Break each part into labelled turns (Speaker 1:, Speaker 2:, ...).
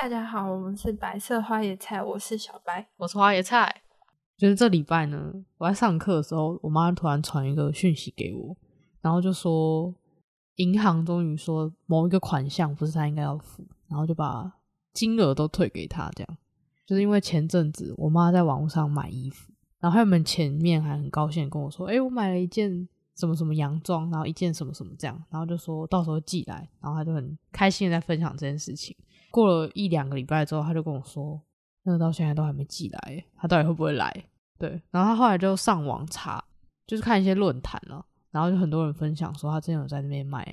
Speaker 1: 大家好，我们是白色花野菜，我是小白。
Speaker 2: 我是花椰菜，
Speaker 3: 就是这礼拜呢，我在上课的时候，我妈突然传一个讯息给我，然后就说银行终于说某一个款项不是她应该要付，然后就把金额都退给她，这样就是因为前阵子我妈在网络上买衣服，然后他们前面还很高兴地跟我说：“哎、我买了一件什么什么洋装，然后一件什么什么这样。”然后就说到时候寄来，然后她就很开心的在分享这件事情。过了一两个礼拜之后，她就跟我说：“那个到现在都还没寄来，欸他到底会不会来？对，然后他后来就上网查，就是看一些论坛了，然后就很多人分享说他之前有在那边买，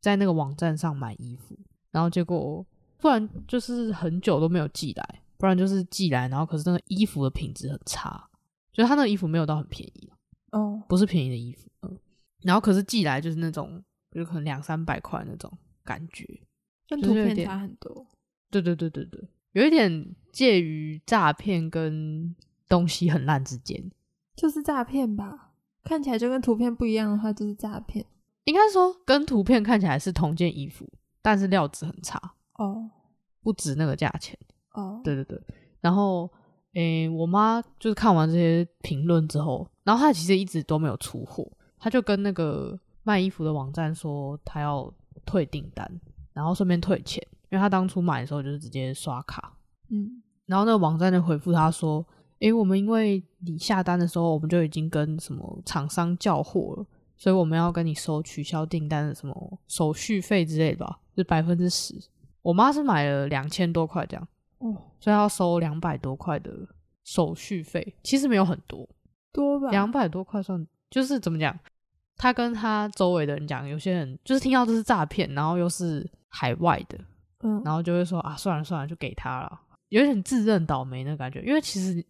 Speaker 3: 在那个网站上买衣服，然后结果不然就是很久都没有寄来，不然就是寄来，然后可是那个衣服的品质很差，就是他那个衣服没有到很便宜，啊
Speaker 1: 哦，
Speaker 3: 不是便宜的衣服，嗯，然后可是寄来就是那种，就可能两三百块那种感觉，
Speaker 1: 跟
Speaker 3: 就是
Speaker 1: 图
Speaker 3: 有
Speaker 1: 片
Speaker 3: 点
Speaker 1: 差很多。
Speaker 3: 对对对对对，有一点介于诈骗跟东西很烂之间。
Speaker 1: 就是诈骗吧？看起来就跟图片不一样的话，就是诈骗
Speaker 3: 应该说，跟图片看起来是同件衣服，但是料子很差，
Speaker 1: 哦
Speaker 3: 不值那个价钱。
Speaker 1: 哦。
Speaker 3: 对对对。然后，诶、我妈就是看完这些评论之后，然后她其实一直都没有出货，她就跟那个卖衣服的网站说她要退订单，然后顺便退钱，因为她当初买的时候就是直接刷卡，
Speaker 1: 嗯，
Speaker 3: 然后那个网站就回复他说：“诶，我们因为你下单的时候，我们就已经跟什么厂商叫货了，所以我们要跟你收取消订单的什么手续费之类的吧，是百分之十。”我妈是买了两千多块这样，
Speaker 1: 哦，
Speaker 3: 所以她要收两百多块的手续费，其实没有很多，
Speaker 1: 多吧？
Speaker 3: 两百多块算就是怎么讲？她跟她周围的人讲，有些人就是听到这是诈骗，然后又是海外的，
Speaker 1: 嗯，
Speaker 3: 然后就会说啊，算了算了，就给他了，有点自认倒霉那感觉。因为其实，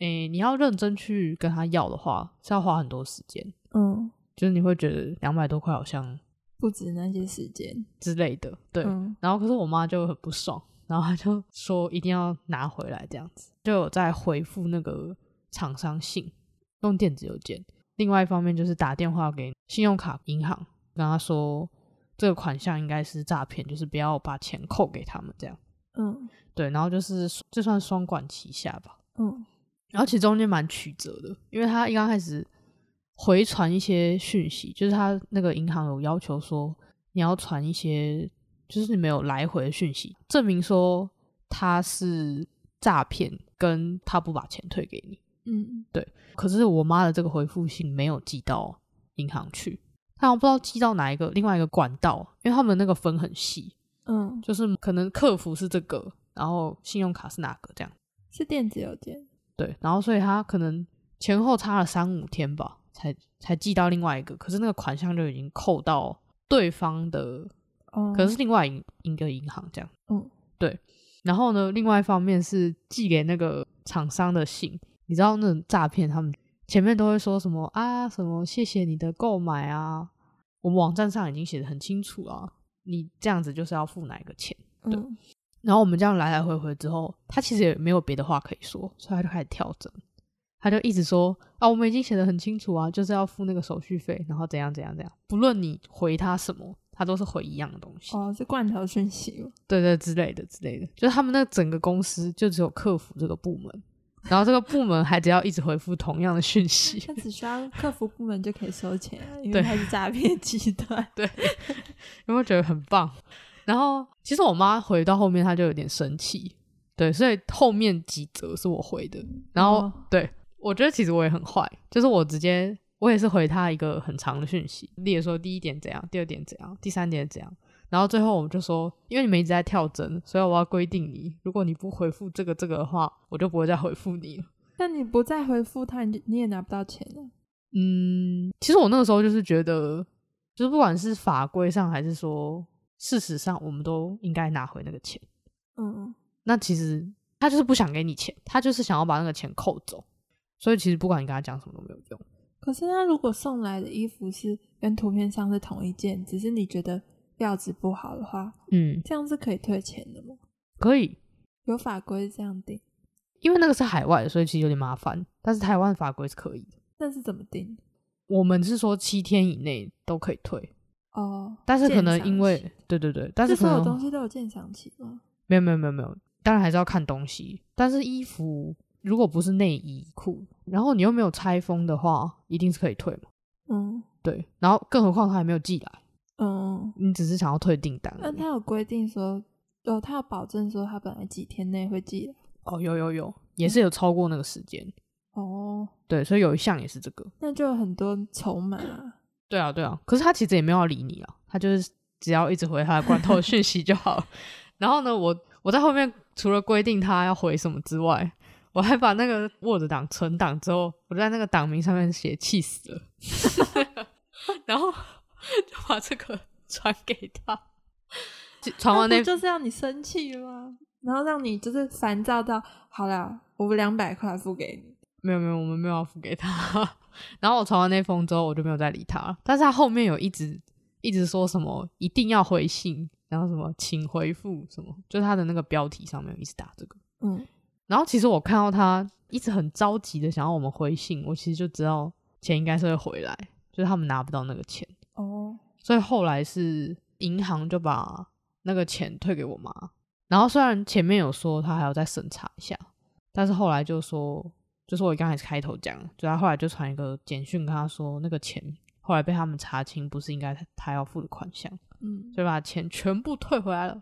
Speaker 3: 诶、你要认真去跟他要的话，是要花很多时间，
Speaker 1: 嗯，
Speaker 3: 就是你会觉得两百多块好像
Speaker 1: 不止那些时间。
Speaker 3: 之类的，对。
Speaker 1: 嗯
Speaker 3: 然后可是我妈就很不爽，然后她就说一定要拿回来这样子，就有在回复那个厂商信，用电子邮件。另外一方面就是打电话给信用卡银行，跟他说这个款项应该是诈骗，就是不要把钱扣给他们这样。
Speaker 1: 嗯
Speaker 3: 对，然后就是这算双管齐下吧。
Speaker 1: 嗯
Speaker 3: 然后其实中间蛮曲折的，因为他一刚开始回传一些讯息，就是他那个银行有要求说你要传一些，就是你没有来回的讯息，证明说他是诈骗，跟他不把钱退给你。
Speaker 1: 嗯，
Speaker 3: 可是我妈的这个回复信没有寄到银行去，她好像不知道寄到哪一个另外一个管道，因为他们那个分很细，
Speaker 1: 嗯，
Speaker 3: 就是可能客服是这个，然后信用卡是哪个这样。
Speaker 1: 是电子邮件。
Speaker 3: 对，然后所以他可能前后差了三五天吧，才才寄到另外一个，可是那个款项就已经扣到对方的，
Speaker 1: 哦，
Speaker 3: 可能是另外一一个银行这样。
Speaker 1: 嗯，
Speaker 3: 对。然后呢，另外一方面是寄给那个厂商的信，你知道那种诈骗，他们前面都会说什么啊，什么谢谢你的购买啊，我们网站上已经写的很清楚啊，你这样子就是要付哪一个钱。
Speaker 1: 嗯
Speaker 3: 然后我们这样来来回回之后，他其实也没有别的话可以说，所以他就开始跳针，他就一直说啊，我们已经写的很清楚啊，就是要付那个手续费，然后怎样怎样怎样，不论你回他什么，他都是回一样的东西，
Speaker 1: 哦，是罐头讯息吗
Speaker 3: 对对之类的之类的，就是他们那整个公司就只有客服这个部门，然后这个部门还只要一直回复同样的讯息，
Speaker 1: 他只需要客服部门就可以收钱啊，因为
Speaker 3: 对
Speaker 1: 他是诈骗集团。
Speaker 3: 对，有没有觉得很棒？然后其实我妈回到后面，她就有点生气，对，所以后面几则是我回的。然后、
Speaker 1: 哦
Speaker 3: 对我觉得其实我也很坏，就是我直接我也是回她一个很长的讯息，例如说第一点怎样，第二点怎样，第三点怎样。然后最后我们就说，因为你们一直在跳针，所以我要规定你，如果你不回复这个这个的话，我就不会再回复你了。
Speaker 1: 但你不再回复他，你就你也拿不到钱了。
Speaker 3: 嗯，其实我那个时候就是觉得，就是不管是法规上还是说事实上，我们都应该拿回那个钱。
Speaker 1: 嗯
Speaker 3: 那其实他就是不想给你钱，他就是想要把那个钱扣走。所以其实不管你跟他讲什么都没有用。
Speaker 1: 可是他如果送来的衣服是跟图片上是同一件，只是你觉得料子不好的话，
Speaker 3: 嗯，
Speaker 1: 这样是可以退钱的吗？
Speaker 3: 可以，
Speaker 1: 有法规这样定，
Speaker 3: 因为那个是海外的，所以其实有点麻烦。但是台湾法规是可以的，
Speaker 1: 那是怎么定的？
Speaker 3: 我们是说七天以内都可以退，
Speaker 1: 哦，
Speaker 3: 但是可能
Speaker 1: 鉴赏
Speaker 3: 因为
Speaker 1: 期
Speaker 3: 对对对，但
Speaker 1: 是
Speaker 3: 是可
Speaker 1: 所有
Speaker 3: 能
Speaker 1: 东西都有鉴赏期吗？
Speaker 3: 没有没有没有没有，当然还是要看东西，但是衣服如果不是内衣裤，然后你又没有拆封的话，一定是可以退嘛。
Speaker 1: 嗯
Speaker 3: 对，然后更何况他还没有寄来，
Speaker 1: 嗯，
Speaker 3: 你只是想要退订单而
Speaker 1: 那
Speaker 3: 已。
Speaker 1: 他有规定说，哦，他有保证说他本来几天内会寄来
Speaker 3: 哦，有有有，也是有超过那个时间。
Speaker 1: 哦，
Speaker 3: 对，所以有一项也是这个。
Speaker 1: 那就有很多筹码 啊，
Speaker 3: 对啊，对啊。可是他其实也没有要理你啊，他就是只要一直回他的罐头讯息就好了。 然后呢，我我在后面除了规定他要回什么之外，我还把那个 Word 档存档之后，我在那个档名上面写“气死了”， 然后 就把这个传给他。 就传完那
Speaker 1: 不就是让你生气了吗？然后让你就是烦躁到，好啦，我两百块付给你，
Speaker 3: 没有没有，我们没有要付给他。 然后我传完那封之后，我就没有再理他了。但是他后面有一直一直说什么一定要回信，然后什么请回复什么，就是他的那个标题上面有一直打这个。
Speaker 1: 嗯，
Speaker 3: 然后其实我看到他一直很着急的想要我们回信，我其实就知道钱应该是会回来，就是他们拿不到那个钱，
Speaker 1: 哦，
Speaker 3: 所以后来是银行就把那个钱退给我妈。然后虽然前面有说他还要再审查一下，但是后来就说，就是我刚才开头讲，就他后来就传一个简讯跟他说，那个钱后来被他们查清，不是应该他他要付的款项。
Speaker 1: 嗯，
Speaker 3: 就把钱全部退回来了。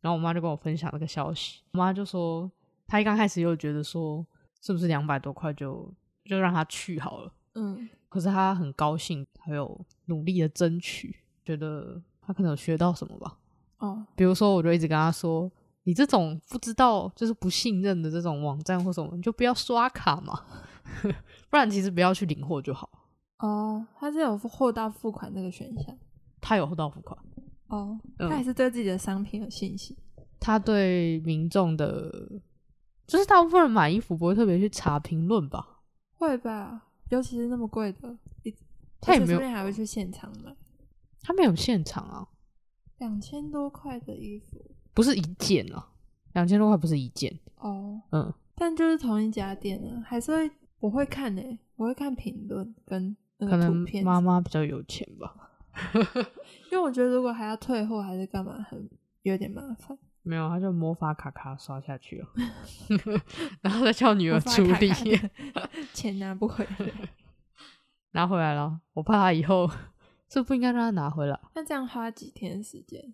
Speaker 3: 然后我妈就跟我分享这个消息，我妈就说，她一刚开始又觉得说，是不是两百多块就就让她去好了？
Speaker 1: 嗯，
Speaker 3: 可是她很高兴，还有努力的争取，觉得她可能有学到什么吧。
Speaker 1: 哦，
Speaker 3: 比如说，我就一直跟她说，你这种不知道就是不信任的这种网站或什么，你就不要刷卡嘛， 不然其实不要去领货就好。
Speaker 1: 哦，他是有货到付款这个选项，
Speaker 3: 她有后到付款，
Speaker 1: 哦，
Speaker 3: 嗯
Speaker 1: 他还是对自己的商品有信心，
Speaker 3: 他对民众的，就是大部分人买衣服不会特别去查评论吧？
Speaker 1: 会吧？尤其是那么贵的，一
Speaker 3: 他也没
Speaker 1: 而且说
Speaker 3: 有
Speaker 1: 不定还会去现场买
Speaker 3: 他没有现场啊，
Speaker 1: 两千多块的衣服，
Speaker 3: 不是一件啊，两千多块不是一件，
Speaker 1: 哦，
Speaker 3: 嗯，
Speaker 1: 但就是同一家店啊，还是会我会看呢、我会看评论跟那
Speaker 3: 可
Speaker 1: 个
Speaker 3: 能
Speaker 1: 呃图片，
Speaker 3: 妈妈比较有钱吧。
Speaker 1: 因为我觉得如果还要退货还是干嘛，很有点麻烦。
Speaker 3: 没有，他就魔法卡卡刷下去了， 然后再叫女
Speaker 1: 我
Speaker 3: 儿
Speaker 1: 发
Speaker 3: 处
Speaker 1: 卡
Speaker 3: 理，
Speaker 1: 卡的钱拿不回来，
Speaker 3: 拿回来了。我怕他以后这不应该让他拿回来，
Speaker 1: 那这样花几天时间？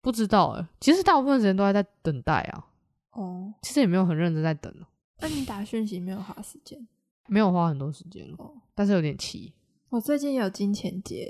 Speaker 3: 不知道哎、其实大部分时间都还在等待啊，
Speaker 1: 哦，
Speaker 3: 其实也没有很认真在等啊，
Speaker 1: 那你打讯息没有花时间？
Speaker 3: 没有花很多时间了
Speaker 1: 哦，
Speaker 3: 但是有点急。
Speaker 1: 我最近有金钱节，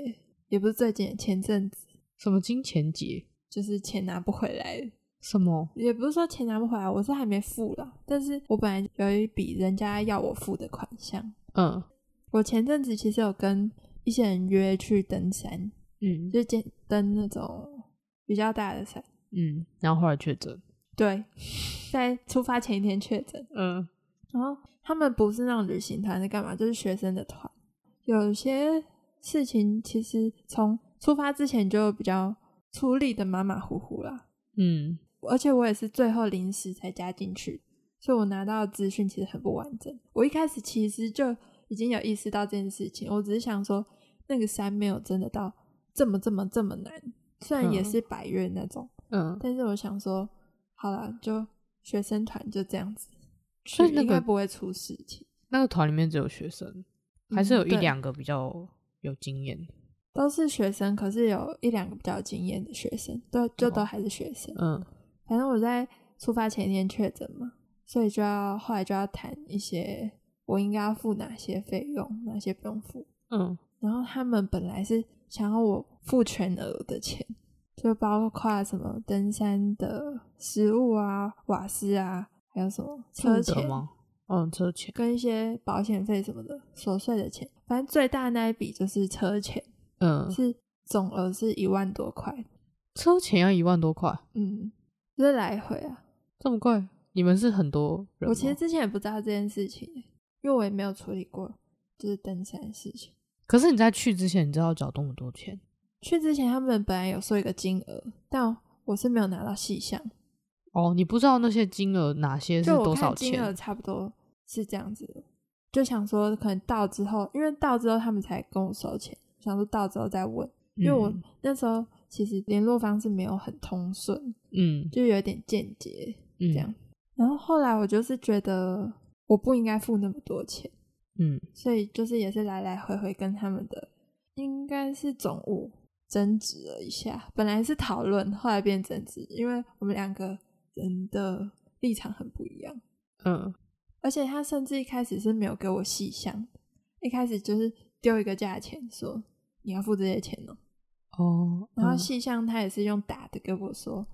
Speaker 1: 也不是最近，前阵子
Speaker 3: 什么金钱节？
Speaker 1: 就是钱拿不回来了
Speaker 3: 什么？
Speaker 1: 也不是说钱拿不回来，我是还没付了，但是我本来有一笔人家要我付的款项。
Speaker 3: 嗯
Speaker 1: 我前阵子其实有跟一些人约去登山，
Speaker 3: 嗯
Speaker 1: 就简登那种比较大的山。
Speaker 3: 嗯，然后后来确诊，
Speaker 1: 对， 在出发前一天确诊，
Speaker 3: 嗯
Speaker 1: 然后他们不是那种旅行团是干嘛？就是学生的团，有些事情其实从出发之前就比较处理的马马虎虎啦。
Speaker 3: 嗯
Speaker 1: 而且我也是最后临时才加进去，所以我拿到的资讯其实很不完整。我一开始其实就已经有意识到这件事情，我只是想说那个山没有真的到这么这么这么难，虽然也
Speaker 3: 嗯
Speaker 1: 是百越那种，
Speaker 3: 嗯，
Speaker 1: 但是我想说，好啦，就学生团就这样子去，
Speaker 3: 所以那
Speaker 1: 应该
Speaker 3: 个
Speaker 1: 不会出事情。
Speaker 3: 那个团里面只有学生，还是
Speaker 1: 嗯
Speaker 3: 有一
Speaker 1: 对
Speaker 3: 两个比较有经验的。
Speaker 1: 都是学生，可是有一两个比较有经验的学生，都就都还是学生。
Speaker 3: 嗯
Speaker 1: 反正我在出发前一天确诊嘛，所以就要后来就要谈一些我应该要付哪些费用，哪些不用付。
Speaker 3: 嗯
Speaker 1: 然后他们本来是想要我付全额的钱，就包括什么登山的食物啊、瓦斯啊，还有什么车
Speaker 3: 住的
Speaker 1: 钱
Speaker 3: 吗？嗯，车钱。
Speaker 1: 跟一些保险费什么的琐碎的钱。反正最大那一笔就是车钱，
Speaker 3: 嗯，
Speaker 1: 是总额是一万多块，
Speaker 3: 车钱要一万多块，
Speaker 1: 嗯，就是来回啊。
Speaker 3: 这么贵？你们是很多人吗？
Speaker 1: 我其实之前也不知道这件事情，欸因为我也没有处理过就是登山的事情。
Speaker 3: 可是你在去之前，你知道要缴多么多钱？
Speaker 1: 去之前他们本来有说一个金额，但我是没有拿到细项，
Speaker 3: 哦，你不知道那些金额哪些是
Speaker 1: 就我
Speaker 3: 多
Speaker 1: 看
Speaker 3: 少
Speaker 1: 金额
Speaker 3: 钱？
Speaker 1: 差不多是这样子的，就想说可能到之后，因为到之后他们才跟我收钱，想说到之后再问。
Speaker 3: 嗯
Speaker 1: 因为我那时候其实联络方式没有很通顺，
Speaker 3: 嗯
Speaker 1: 就有点间接
Speaker 3: 嗯
Speaker 1: 这样。然后后来我就是觉得我不应该付那么多钱，
Speaker 3: 嗯
Speaker 1: 所以就是也是来来回回跟他们的应该是总务争执了一下，本来是讨论，后来变争执，因为我们两个人的立场很不一样，
Speaker 3: 嗯
Speaker 1: 而且他甚至一开始是没有给我细项的，一开始就是丢一个价钱说你要付这些钱哦、
Speaker 3: 哦，
Speaker 1: 然后
Speaker 3: 嗯
Speaker 1: 细项他也是用打的跟我说，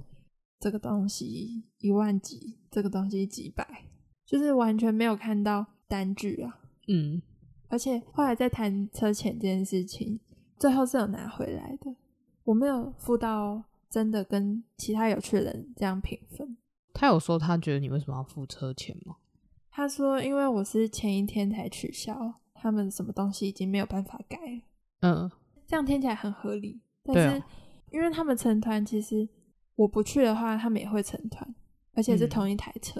Speaker 1: 这个东西一万几，这个东西几百，就是完全没有看到单据啊。
Speaker 3: 嗯
Speaker 1: 而且后来在谈车钱这件事情，最后是有拿回来的，我没有付到真的跟其他有趣的人这样平分。
Speaker 3: 他有说他觉得你为什么要付车钱吗？
Speaker 1: 他说，因为我是前一天才取消，他们什么东西已经没有办法改了。
Speaker 3: 嗯
Speaker 1: 这样听起来很合理，但
Speaker 3: 对
Speaker 1: 是、
Speaker 3: 啊
Speaker 1: 因为他们成团，其实我不去的话，他们也会成团，而且是
Speaker 3: 嗯
Speaker 1: 同一台车，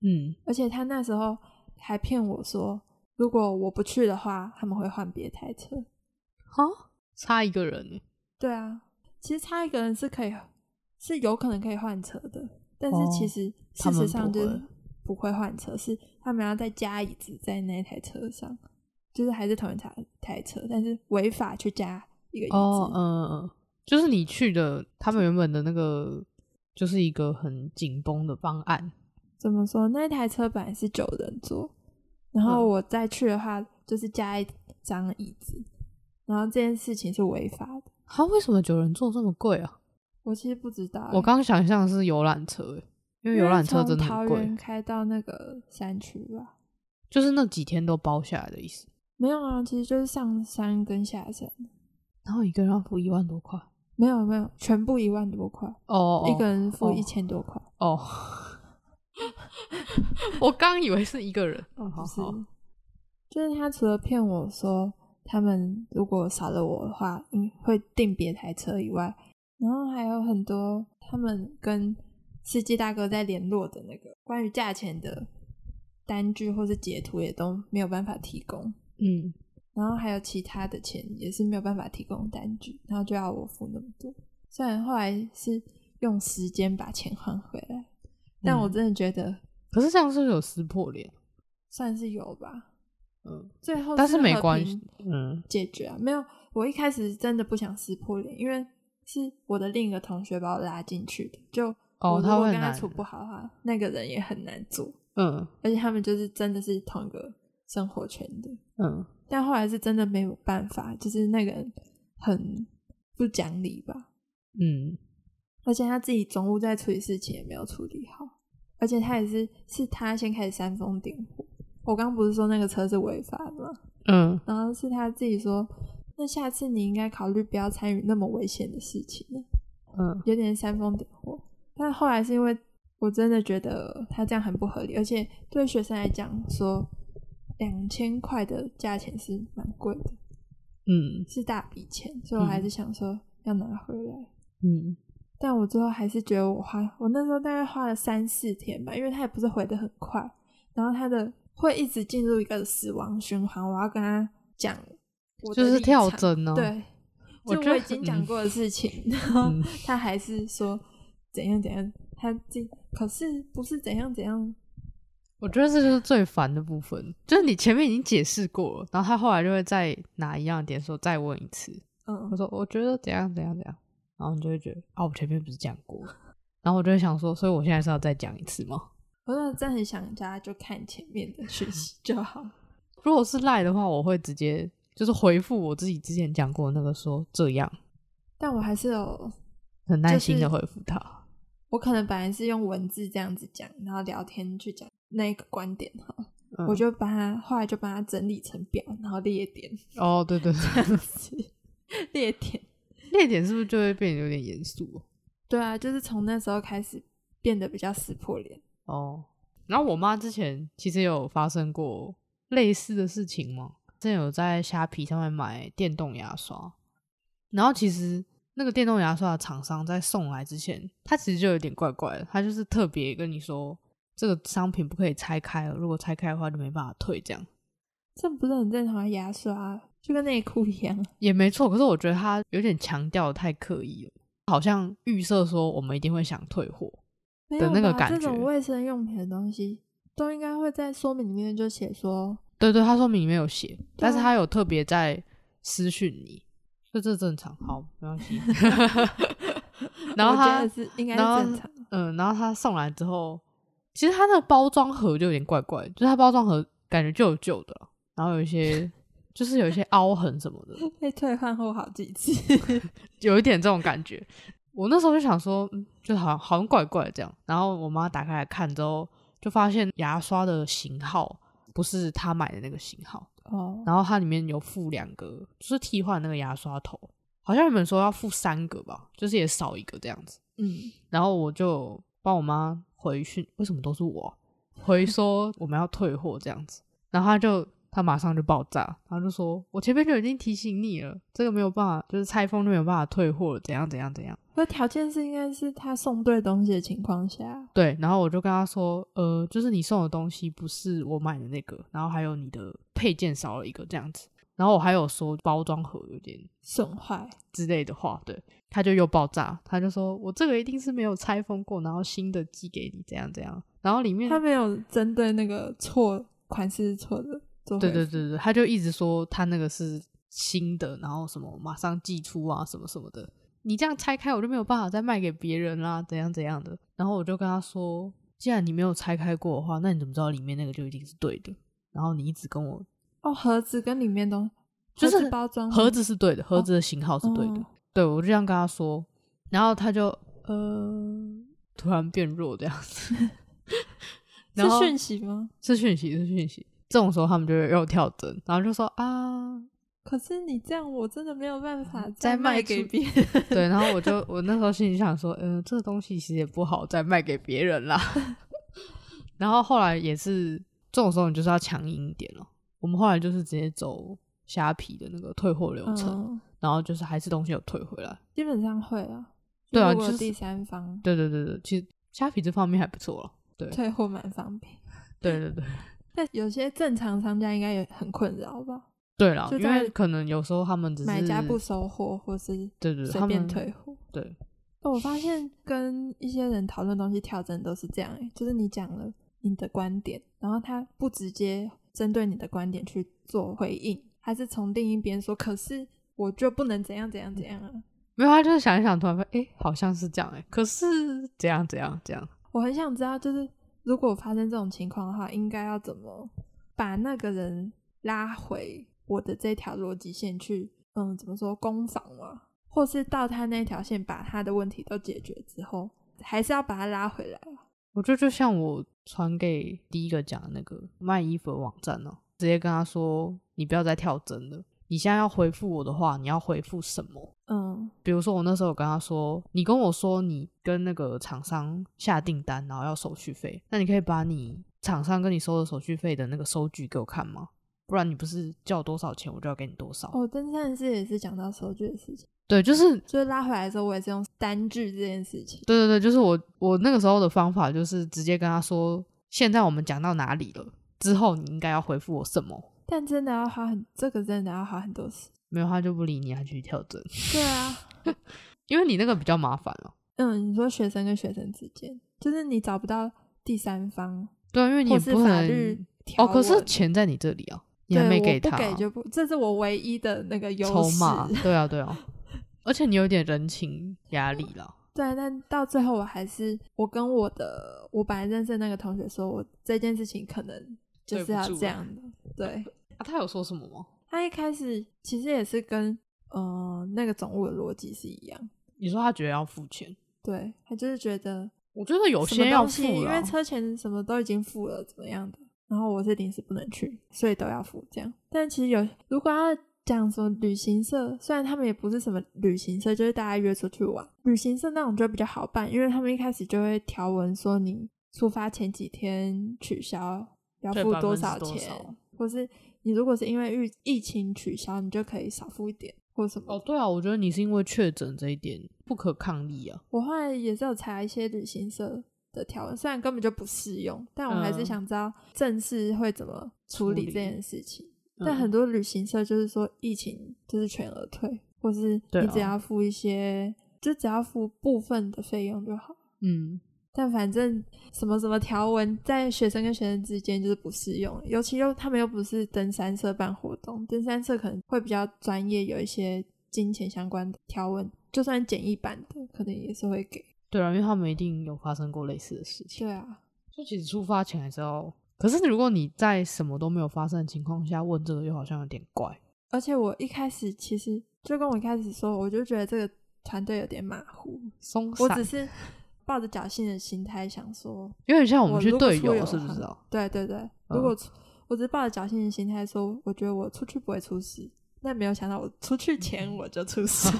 Speaker 3: 嗯
Speaker 1: 而且他那时候还骗我说，如果我不去的话，他们会换别台车。
Speaker 3: 哈，差一个人欸耶，
Speaker 1: 对啊，其实差一个人是可以，是有可能可以换车的，但是
Speaker 3: 哦
Speaker 1: 其实
Speaker 3: 他
Speaker 1: 事
Speaker 3: 们
Speaker 1: 实上
Speaker 3: 不
Speaker 1: 就
Speaker 3: 会
Speaker 1: 是不会换车，是他们要再加椅子在那台车上，就是还是同一台台车，但是违法去加一个椅子。
Speaker 3: 哦嗯，嗯嗯就是你去的他们原本的那个就是一个很紧绷的方案，
Speaker 1: 怎么说？那台车本来是九人座，然
Speaker 3: 嗯
Speaker 1: 后我再去的话，就是加一张椅子，然后这件事情是违法的。
Speaker 3: 他为什么九人座这么贵啊？
Speaker 1: 我其实不知道欸、
Speaker 3: 我刚想象是游览车耶，因为
Speaker 1: 因
Speaker 3: 游
Speaker 1: 为
Speaker 3: 览车
Speaker 1: 从
Speaker 3: 真的
Speaker 1: 桃
Speaker 3: 很
Speaker 1: 园
Speaker 3: 贵，
Speaker 1: 开到那个山区吧，
Speaker 3: 就是那几天都包下来的意思。
Speaker 1: 没有啊，其实就是上山跟下山，
Speaker 3: 然后一个人要付一万多块，
Speaker 1: 没有没有，全部一万多块，
Speaker 3: 哦，
Speaker 1: 一个人付
Speaker 3: 哦
Speaker 1: 一千多块，
Speaker 3: 哦， 我刚以为是一个人，
Speaker 1: 哦
Speaker 3: 好
Speaker 1: 不是
Speaker 3: 好，
Speaker 1: 就是他除了骗我说他们如果少了我的话，嗯，会订别台车以外，然后还有很多他们跟司机大哥在联络的那个关于价钱的单据或是截图也都没有办法提供，
Speaker 3: 嗯，
Speaker 1: 然后还有其他的钱也是没有办法提供单据，然后就要我付那么多。虽然后来是用时间把钱还回来，但我
Speaker 3: 嗯
Speaker 1: 真的觉得
Speaker 3: 可是这样是不是有撕破脸？
Speaker 1: 算是有吧。
Speaker 3: 嗯，
Speaker 1: 最后
Speaker 3: 但
Speaker 1: 是
Speaker 3: 是没
Speaker 1: 和
Speaker 3: 关
Speaker 1: 平
Speaker 3: 系，嗯
Speaker 1: 解决啊。没有，我一开始真的不想撕破脸，因为是我的另一个同学把我拉进去的。就我
Speaker 3: 哦
Speaker 1: 如
Speaker 3: 他
Speaker 1: 果
Speaker 3: 会
Speaker 1: 跟他
Speaker 3: 难
Speaker 1: 处不好的话，那个人也很难做。
Speaker 3: 嗯
Speaker 1: 而且他们就是真的是同一个生活圈的，
Speaker 3: 嗯，
Speaker 1: 但后来是真的没有办法，就是那个人很不讲理吧。
Speaker 3: 嗯，
Speaker 1: 而且他自己总务在处理事情也没有处理好，而且他也是是他先开始煽风点火。我刚不是说那个车是违法的吗？
Speaker 3: 嗯，
Speaker 1: 然后是他自己说，那下次你应该考虑不要参与那么危险的事情了，
Speaker 3: 嗯，
Speaker 1: 有点煽风点火。但后来是因为我真的觉得他这样很不合理，而且对学生来讲说，两千块的价钱是蛮贵的，
Speaker 3: 嗯，
Speaker 1: 是大笔钱，所以我还是想说要拿回来。
Speaker 3: 嗯，
Speaker 1: 但我最后还是觉得我花，我那时候大概花了三四天吧，因为他也不是回的很快，然后他的会一直进入一个死亡循环，我要跟他讲我的
Speaker 3: 就是
Speaker 1: 立
Speaker 3: 跳
Speaker 1: 场
Speaker 3: 针哦呢，，
Speaker 1: 对，
Speaker 3: 我
Speaker 1: 就
Speaker 3: 觉
Speaker 1: 我
Speaker 3: 得
Speaker 1: 已经讲
Speaker 3: 嗯
Speaker 1: 过的事情，然后
Speaker 3: 嗯
Speaker 1: 他还是说怎样怎样，他这可是不是怎样怎样，
Speaker 3: 我觉得这就是最烦的部分，就是你前面已经解释过了，然后他后来就会再拿一样的点说再问一次，我
Speaker 1: 嗯，
Speaker 3: 说我觉得怎样怎样怎样，然后你就会觉得啊，我前面不是讲过，然后我就会想说，所以我现在是要再讲一次吗？
Speaker 1: 我真的真的很想叫他就看前面的讯息就好，
Speaker 3: 如果是赖的话，我会直接就是回复我自己之前讲过的那个说这样，
Speaker 1: 但我还是有。
Speaker 3: 很耐心的
Speaker 1: 就
Speaker 3: 回复他。
Speaker 1: 我可能本来是用文字这样子讲，然后聊天去讲那个观点哈，
Speaker 3: 嗯
Speaker 1: 我就把它后来就把它整理成表，然后列点
Speaker 3: 哦，对对对，
Speaker 1: 这样子， 列点。
Speaker 3: 那一点是不是就会变得有点严肃？
Speaker 1: 对啊，就是从那时候开始变得比较撕破脸。
Speaker 3: 哦，然后我妈之前其实也有发生过类似的事情嘛，之前有在虾皮上面买电动牙刷，然后其实那个电动牙刷的厂商在送来之前，他其实就有点怪怪的，他就是特别跟你说这个商品不可以拆开了，如果拆开的话就没办法退这样。
Speaker 1: 这不是很正常的牙刷，啊就跟内裤一样。
Speaker 3: 也没错。可是我觉得他有点强调得太刻意了，好像预设说我们一定会想退货。
Speaker 1: 没
Speaker 3: 的
Speaker 1: 有
Speaker 3: 那个
Speaker 1: 吧
Speaker 3: 感
Speaker 1: 这种
Speaker 3: 觉
Speaker 1: 卫生用品的东西都应该会在说明里面就写说，
Speaker 3: 对对，他说明里面有写，但是
Speaker 1: 对啊
Speaker 3: 他有特别在私讯你，所以这正常。好，没 关系。 然后
Speaker 1: 我觉
Speaker 3: 他
Speaker 1: 得是应该
Speaker 3: 然后
Speaker 1: 是正常。
Speaker 3: 嗯，然后他送来之后，其实他那个包装盒就有点怪怪，就是他包装盒感觉旧旧的，然后有一些就是有一些凹痕什么的，
Speaker 1: 被退换后好几次，
Speaker 3: 有一点这种感觉。我那时候就想说，嗯，就好像好像怪怪的这样。然后我妈打开来看之后，就发现牙刷的型号不是她买的那个型号，
Speaker 1: 哦，
Speaker 3: 然后它里面有附两个，就是替换那个牙刷头，好像你们说要附三个吧，就是也少一个这样子。
Speaker 1: 嗯，
Speaker 3: 然后我就帮我妈回讯，为什么都是我啊、回说我们要退货这样子，然后她就她马上就爆炸，她就说我前面就已经提醒你了，这个没有办法，就是拆封就没有办法退货了，怎样怎样怎样。
Speaker 1: 那条件是应该是他送对东西的情况下，
Speaker 3: 对，然后我就跟她说，呃，就是你送的东西不是我买的那个，然后还有你的配件少了一个这样子，然后我还有说包装盒有点
Speaker 1: 损坏，
Speaker 3: 之类的话，对，他就又爆炸，他就说我这个一定是没有拆封过，然后新的寄给你，怎样怎样，然后里面
Speaker 1: 他没有针对那个错款式是错的做
Speaker 3: 对对
Speaker 1: 回复，
Speaker 3: 对对，他就一直说他那个是新的，然后什么马上寄出啊，什么什么的。你这样拆开，我就没有办法再卖给别人啦，怎样怎样的。然后我就跟他说，既然你没有拆开过的话，那你怎么知道里面那个就一定是对的？然后你一直跟我
Speaker 1: 哦，盒子跟里面东
Speaker 3: 就
Speaker 1: 盒子
Speaker 3: 是
Speaker 1: 包装
Speaker 3: 盒子是对的，盒子的型号是对的。
Speaker 1: 嗯哦
Speaker 3: 对我就这样跟他说，然后他就呃突然变弱这样 子，然
Speaker 1: 是
Speaker 3: 后
Speaker 1: 讯息吗？
Speaker 3: 是讯息是讯息。这种时候他们就会又跳针，然后就说啊，
Speaker 1: 可是你这样，我真的没有办法
Speaker 3: 嗯再卖
Speaker 1: 卖
Speaker 3: 出
Speaker 1: 给别人。
Speaker 3: 对，然后我就我那时候心里想说，嗯、这个东西其实也不好再卖给别 人啦。然后后来也是这种时候，你就是要强硬一点了。我们后来就是直接走虾皮的那个退货流程，
Speaker 1: 嗯，
Speaker 3: 然后就是还是东西有退回来。
Speaker 1: 基本上会啊。
Speaker 3: 对啊
Speaker 1: 如果
Speaker 3: 就是
Speaker 1: 第三方
Speaker 3: 对对对对，其实虾皮这方面还不错了。对
Speaker 1: 退货蛮方便，
Speaker 3: 对对对
Speaker 1: 但有些正常商家应该也很困扰吧？
Speaker 3: 对啦，
Speaker 1: 就
Speaker 3: 因
Speaker 1: 在
Speaker 3: 为可能有时候他们只是
Speaker 1: 买家不收货，或是
Speaker 3: 对对对，
Speaker 1: 随
Speaker 3: 他
Speaker 1: 便
Speaker 3: 们
Speaker 1: 退货。哦
Speaker 3: 对
Speaker 1: 我发现跟一些人讨论东西跳针都是这样、欸，就是你讲了你的观点，然后他不直接针对你的观点去做回应，还是从另一边说，可是我就不能怎样怎样怎样啊。
Speaker 3: 没有，他就是想一想，突然发现哎、好像是这样哎、可是怎样怎样怎样，
Speaker 1: 我很想知道，就是如果发生这种情况的话，应该要怎么把那个人拉回我的这条逻辑线去，嗯，怎么说攻防嘛，或是到他那条线把他的问题都解决之后，还是要把他拉回来啊。
Speaker 3: 我觉得就像我传给第一个讲的那个卖衣服的网站呢、哦直接跟他说：“你不要再跳针了，你现在要回复我的话，你要回复什么
Speaker 1: 嗯？”
Speaker 3: 比如说我那时候有跟他说：“你跟我说你跟那个厂商下订单，然后要手续费，那你可以把你厂商跟你收的手续费的那个收据给我看吗？不然你不是叫我多少钱，我就要给你多少。
Speaker 1: 哦，真正是也是讲到收据的事情，
Speaker 3: 对，就是
Speaker 1: 就是拉回来的时候，我也是用单句这件事情。
Speaker 3: 对对对，就是我我那个时候的方法就是直接跟他说：“现在我们讲到哪里了？之后你应该要回复我什么。”
Speaker 1: 但真的要花很，这个真的要花很多时间。
Speaker 3: 没有他就不理你，他去跳针，
Speaker 1: 对啊，
Speaker 3: 因为你那个比较麻烦了、
Speaker 1: 嗯，你说学生跟学生之间，就是你找不到第三方，
Speaker 3: 对啊，因为你也
Speaker 1: 或是
Speaker 3: 不可
Speaker 1: 法
Speaker 3: 能
Speaker 1: 律条
Speaker 3: 哦，
Speaker 1: 文
Speaker 3: 可是钱在你这里啊，你还
Speaker 1: 对
Speaker 3: 没
Speaker 1: 我
Speaker 3: 给
Speaker 1: 不
Speaker 3: 他、
Speaker 1: 给就不，这是我唯一的那个优
Speaker 3: 筹
Speaker 1: 势。
Speaker 3: 码，对啊对啊，而且你有点人情压力啦，
Speaker 1: 对，但到最后我还是，我跟我的我本来认识的那个同学说，我这件事情可能就
Speaker 3: 对
Speaker 1: 是
Speaker 3: 不
Speaker 1: 要
Speaker 3: 住
Speaker 1: 这
Speaker 3: 了
Speaker 1: 样的，对。
Speaker 3: 啊，他有说什么吗？
Speaker 1: 他一开始其实也是跟呃那个总务的逻辑是一样，
Speaker 3: 你说他觉得要付钱，
Speaker 1: 对他就是觉得
Speaker 3: 我觉得有
Speaker 1: 什么
Speaker 3: 些要
Speaker 1: 东西
Speaker 3: 付
Speaker 1: 因
Speaker 3: 啦
Speaker 1: 为，车钱什么都已经付了，怎么样的，然后我是临时不能去，所以都要付这样。但其实有如果要讲什么旅行社，虽然他们也不是什么旅行社，就是大家约出去玩，旅行社那种就比较好办，因为他们一开始就会条文说你出发前几天取消要
Speaker 3: 对
Speaker 1: 付
Speaker 3: 百分
Speaker 1: 多
Speaker 3: 之
Speaker 1: 少
Speaker 3: 多
Speaker 1: 钱
Speaker 3: 少，
Speaker 1: 或是你如果是因为疫疫情取消，你就可以少付一点或什么。
Speaker 3: 哦，对啊，我觉得你是因为确诊这一点不可抗力啊，
Speaker 1: 我后来也是有查一些旅行社的条文，虽然根本就不适用，但我还是
Speaker 3: 嗯
Speaker 1: 想知道正式会怎么处理
Speaker 3: 处理
Speaker 1: 这件事情。
Speaker 3: 嗯
Speaker 1: 但很多旅行社就是说疫情就是全额退，或是
Speaker 3: 对
Speaker 1: 你
Speaker 3: 啊
Speaker 1: 只要付一些，就只要付部分的费用就好。
Speaker 3: 嗯，
Speaker 1: 但反正什么什么条文在学生跟学生之间就是不适用，尤其又他们又不是登山社办活动，登山社可能会比较专业，有一些金钱相关的条文，就算简易版的，可能也是会给。
Speaker 3: 对啊，因为他们一定有发生过类似的事情，
Speaker 1: 对啊，
Speaker 3: 所以其实出发前还是要。可是如果你在什么都没有发生的情况下问这个，又好像有点怪。
Speaker 1: 而且我一开始其实就跟我一开始说，我就觉得这个团队有点马虎，
Speaker 3: 松
Speaker 1: 我
Speaker 3: 散
Speaker 1: 只，是抱着侥幸的心态想说，
Speaker 3: 有点像我
Speaker 1: 我
Speaker 3: 们去
Speaker 1: 如果
Speaker 3: 队
Speaker 1: 出游
Speaker 3: 友，是
Speaker 1: 的
Speaker 3: 不
Speaker 1: 话
Speaker 3: 是嗯啊？
Speaker 1: 对对对，如果出、我只是抱着侥幸的心态说，我觉得我出去不会出事，但没有想到我出去
Speaker 3: 嗯
Speaker 1: 前我就出 事，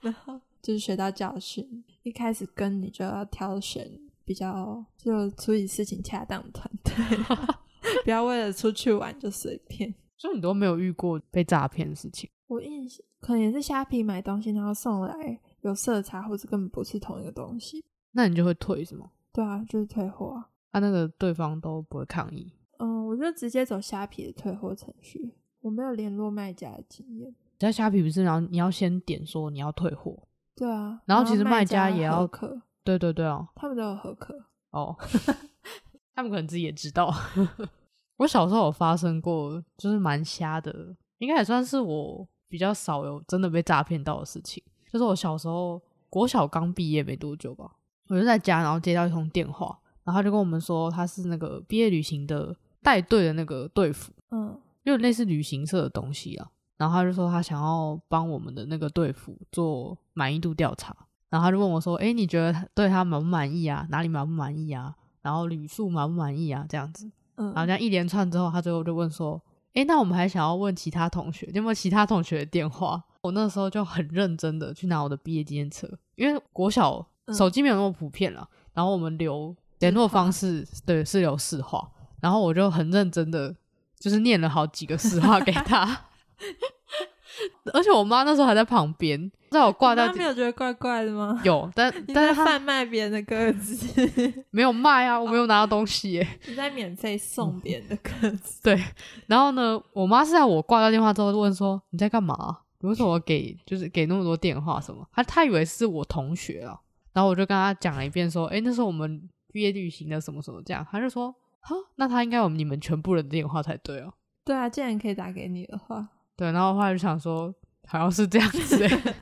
Speaker 1: 然后就是学到教训，一开始跟你就要挑选比较就处理事情恰当的团队， 不要为了出去玩就随便。
Speaker 3: 所以你都没有遇过被诈骗的事情，
Speaker 1: 我印象可能也是虾皮买东西，然后送来有色差，或者根本不是同一个东西。
Speaker 3: 那你就会退是吗？
Speaker 1: 对啊，就是退货啊。
Speaker 3: 啊，那个对方都不会抗议，
Speaker 1: 嗯，我就直接走虾皮的退货程序，我没有联络卖家的经验。
Speaker 3: 在虾皮不是，然后你要先点说你要退货，
Speaker 1: 对啊，
Speaker 3: 然后其实
Speaker 1: 卖
Speaker 3: 卖家也
Speaker 1: 合
Speaker 3: 要
Speaker 1: 可，
Speaker 3: 对对对啊，
Speaker 1: 他们都有合可。
Speaker 3: 哦， 他们可能自己也知道。 我小时候有发生过，就是蛮瞎的，应该也算是我比较少有真的被诈骗到的事情。就是我小时候国小刚毕业没多久吧，我就在家，然后接到一通电话，然后他就跟我们说他是那个毕业旅行的带队的那个队服，
Speaker 1: 嗯，
Speaker 3: 因为类似旅行社的东西啊。然后他就说他想要帮我们的那个队服做满意度调查，然后他就问我说：“哎，你觉得他对他满不满意啊？哪里满不满意啊？然后旅宿满不满意啊？这样子。”
Speaker 1: 嗯
Speaker 3: 然后这样一连串之后，他最后就问说：“哎，那我们还想要问其他同学，有没有其他同学的电话？”我那时候就很认真的去拿我的毕业纪念册，因为国小
Speaker 1: 嗯
Speaker 3: 手机没有那么普遍了，然后我们留联络方式对是留市话，然后我就很认真的就是念了好几个市话给他， 而且我妈那时候还在旁边，在我挂掉
Speaker 1: 你妈没有觉得怪怪的 吗？
Speaker 3: 有，但
Speaker 1: 你
Speaker 3: 但
Speaker 1: 在
Speaker 3: 是她
Speaker 1: 贩卖别人的鸽子，
Speaker 3: 没有卖啊，我没有拿到东西耶。
Speaker 1: 你在免费送
Speaker 3: 嗯
Speaker 1: 别人的鸽子。
Speaker 3: 对，然后呢，我妈是在我挂掉电话之后就问说你在干嘛？你为什么给就是给那么多电话什么？她她以为是我同学啊，然后我就跟她讲了一遍说，诶，那是我们毕业旅行的什么什么这样，她就说，哈，那她应该有你们全部人的电话才对哦、
Speaker 1: 对啊，既然可以打给你的话，
Speaker 3: 对，然后后来就想说，好像是这样子 欸。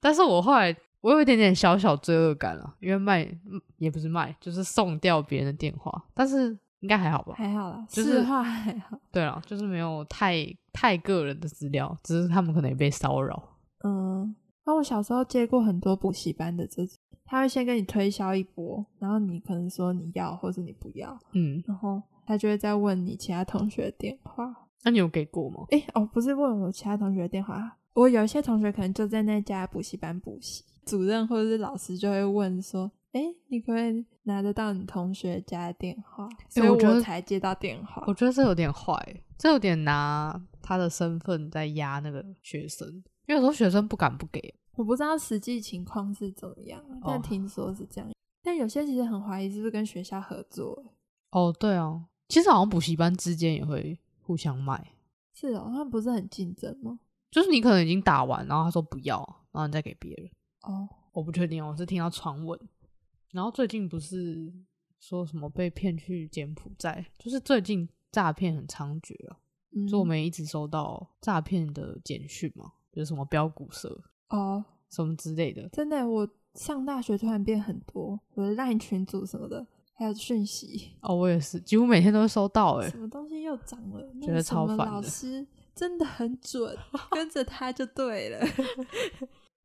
Speaker 3: 但是我后来我有一点点小小罪恶感了，因为卖嗯也不是卖，就是送掉别人的电话，但是应该还好吧？
Speaker 1: 还好啦，
Speaker 3: 就是
Speaker 1: 市话还好。
Speaker 3: 对了，就是没有太太个人的资料，只是他们可能也被骚扰。
Speaker 1: 嗯，那我小时候接过很多补习班的这种，他会先跟你推销一波，然后你可能说你要或者你不要，
Speaker 3: 嗯，
Speaker 1: 然后他就会再问你其他同学的电话。
Speaker 3: 那你有给过吗？
Speaker 1: 诶，哦，不是问我其他同学的电话，啊我有一些同学可能就在那家补习班补习，主任或者是老师就会问说：“诶，你可不可以拿得到你同学家的电话？”所以
Speaker 3: 我觉得
Speaker 1: 才接到电话
Speaker 3: 我。觉得这有点坏欸，这有点拿他的身份在压那个学生，因为有时候学生不敢不给。
Speaker 1: 我不知道实际情况是怎么样，啊但
Speaker 3: 哦
Speaker 1: 听说是这样。但有些其实很怀疑是不是跟学校合作，
Speaker 3: 哦，对啊，其实好像补习班之间也会互相卖。
Speaker 1: 是哦，他们不是很竞争吗？
Speaker 3: 就是你可能已经打完，然后他说不要，然后你再给别人。
Speaker 1: 哦，
Speaker 3: 我不确定哦，我是听到传闻。然后最近不是说什么被骗去柬埔寨，就是最近诈骗很猖獗啊，
Speaker 1: 嗯，
Speaker 3: 所以我们也一直收到诈骗的简讯嘛，就是什么标股社
Speaker 1: 哦，
Speaker 3: 什么之类的。
Speaker 1: 真的，我上大学突然变很多，我的 LINE 群组什么的，还有讯 息，
Speaker 3: 哦，我也是，几乎每天都会收到哎、
Speaker 1: 什么东西又涨了，那
Speaker 3: 觉
Speaker 1: 个
Speaker 3: 得
Speaker 1: 什么
Speaker 3: 超烦
Speaker 1: 老
Speaker 3: 的
Speaker 1: 师真的很 准，跟着他就对了。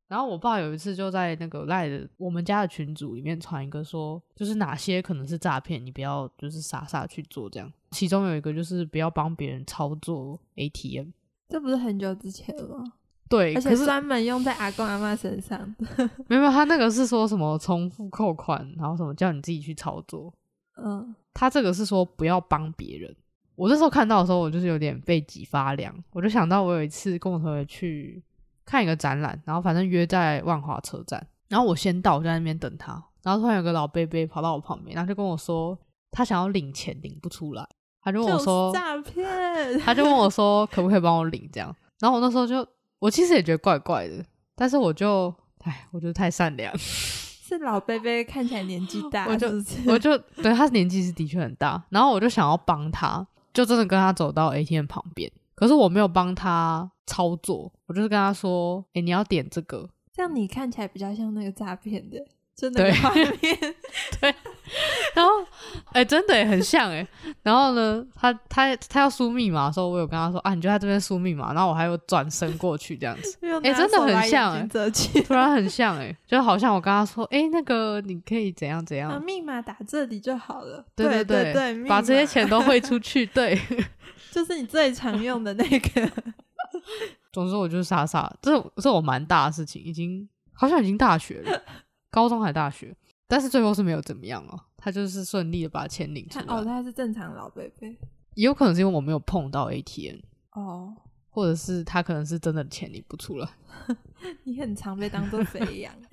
Speaker 3: 然后我爸有一次就在那个赖的我们家的群组里面传一个说，就是哪些可能是诈骗，你不要就是傻傻去做这样。其中有一个就是不要帮别人操作 ATM。
Speaker 1: 这不是很久之前吗？
Speaker 3: 对，
Speaker 1: 而
Speaker 3: 可
Speaker 1: 且
Speaker 3: 是
Speaker 1: 专门用在阿公阿妈身上的。
Speaker 3: 没有，没有他那个是说什么重复扣款，然后什么叫你自己去操作。
Speaker 1: 嗯，
Speaker 3: 他这个是说不要帮别人。我那时候看到的时候，我就是有点背脊发凉，我就想到我有一次跟我同学去看一个展览，然后反正约在万华车站，然后我先到，我就在那边等他，然后突然有个老贝贝跑到我旁边，然后就跟我说他想要领钱领不出来，他就问我说，
Speaker 1: 诈骗，
Speaker 3: 他就问我说可不可以帮我领这样，然后我那时候就我其实也觉得怪怪的，但是我就哎，我觉得太善良，
Speaker 1: 是老贝贝看起来年纪大，
Speaker 3: 我就
Speaker 1: 不
Speaker 3: 是
Speaker 1: 是
Speaker 3: 我就对他年纪是的确很大，然后我就想要帮他，就真的跟他走到 ATM 旁边，可是我没有帮他操作，我就是跟他说，哎、你要点这个，
Speaker 1: 这样你看起来比较像那个诈骗的，就那个
Speaker 3: 对
Speaker 1: 画面，
Speaker 3: 然后，哎、真的耶很像哎。然后呢，他他他要输密码的时候，我有跟他说啊，你就在这边输密码。然后我还有转身过去这样子，
Speaker 1: 哎
Speaker 3: 真的很像哎
Speaker 1: 折起
Speaker 3: 突然很像哎，就好像我跟他说，哎、那个你可以怎样怎样，
Speaker 1: 啊，密码打这里就好了。
Speaker 3: 对
Speaker 1: 对
Speaker 3: 对
Speaker 1: 对，密
Speaker 3: 把
Speaker 1: 码
Speaker 3: 这些钱都汇出去。对，
Speaker 1: 就是你最常用的那 个。
Speaker 3: 总之我就是傻傻，这这我蛮大的事情，已经好像已经大学了，高中还大学，但是最后是没有怎么样哦，他就是顺利的把钱领出
Speaker 1: 看
Speaker 3: 来，
Speaker 1: 哦，他是正常老贝贝
Speaker 3: 也有可能是因为我没有碰到 ATM，
Speaker 1: 哦，
Speaker 3: 或者是他可能是真的钱领不出来。
Speaker 1: 你很常被当做肥羊。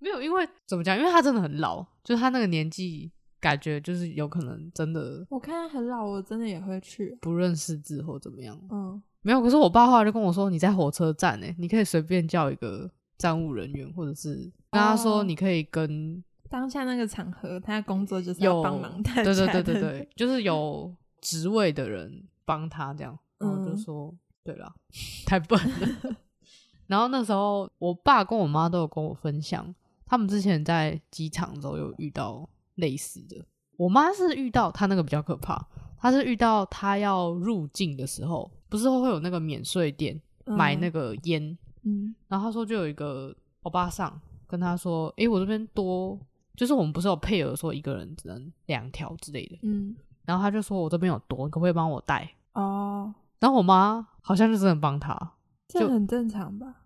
Speaker 3: 没有，因为怎么讲？因为他真的很老，就是他那个年纪，感觉就是有可能真的
Speaker 1: 我看他很老，我真的也会去。
Speaker 3: 不认识字或怎么样。
Speaker 1: 嗯，
Speaker 3: 没有，可是我爸后来就跟我说，你在火车站呢、你可以随便叫一个站务人员，或者是跟他说
Speaker 1: 哦
Speaker 3: 你可以跟
Speaker 1: 当下那个场合，他的工作就是
Speaker 3: 有、
Speaker 1: 要帮忙大家。
Speaker 3: 对对对对对，就是有职位的人帮他这样。然后我就
Speaker 1: 嗯
Speaker 3: 说，对了， 太笨了。 然后那时候我爸跟我妈都有跟我分享，他们之前在机场的时候有遇到类似的。我妈是遇到她那个比较可怕，她是遇到她要入境的时候，不是会有那个免税店
Speaker 1: 嗯
Speaker 3: 买那个烟，
Speaker 1: 嗯
Speaker 3: 然后她说就有一个欧巴桑跟她说：“诶、我这边多，就是我们不是有配额说一个人只能两条之类的。
Speaker 1: 嗯”
Speaker 3: 然后她就说：“我这边有多，你可不可以帮我带
Speaker 1: 哦，？”
Speaker 3: 然后我妈好像就真的帮她啊，
Speaker 1: 这
Speaker 3: 就
Speaker 1: 很正常吧？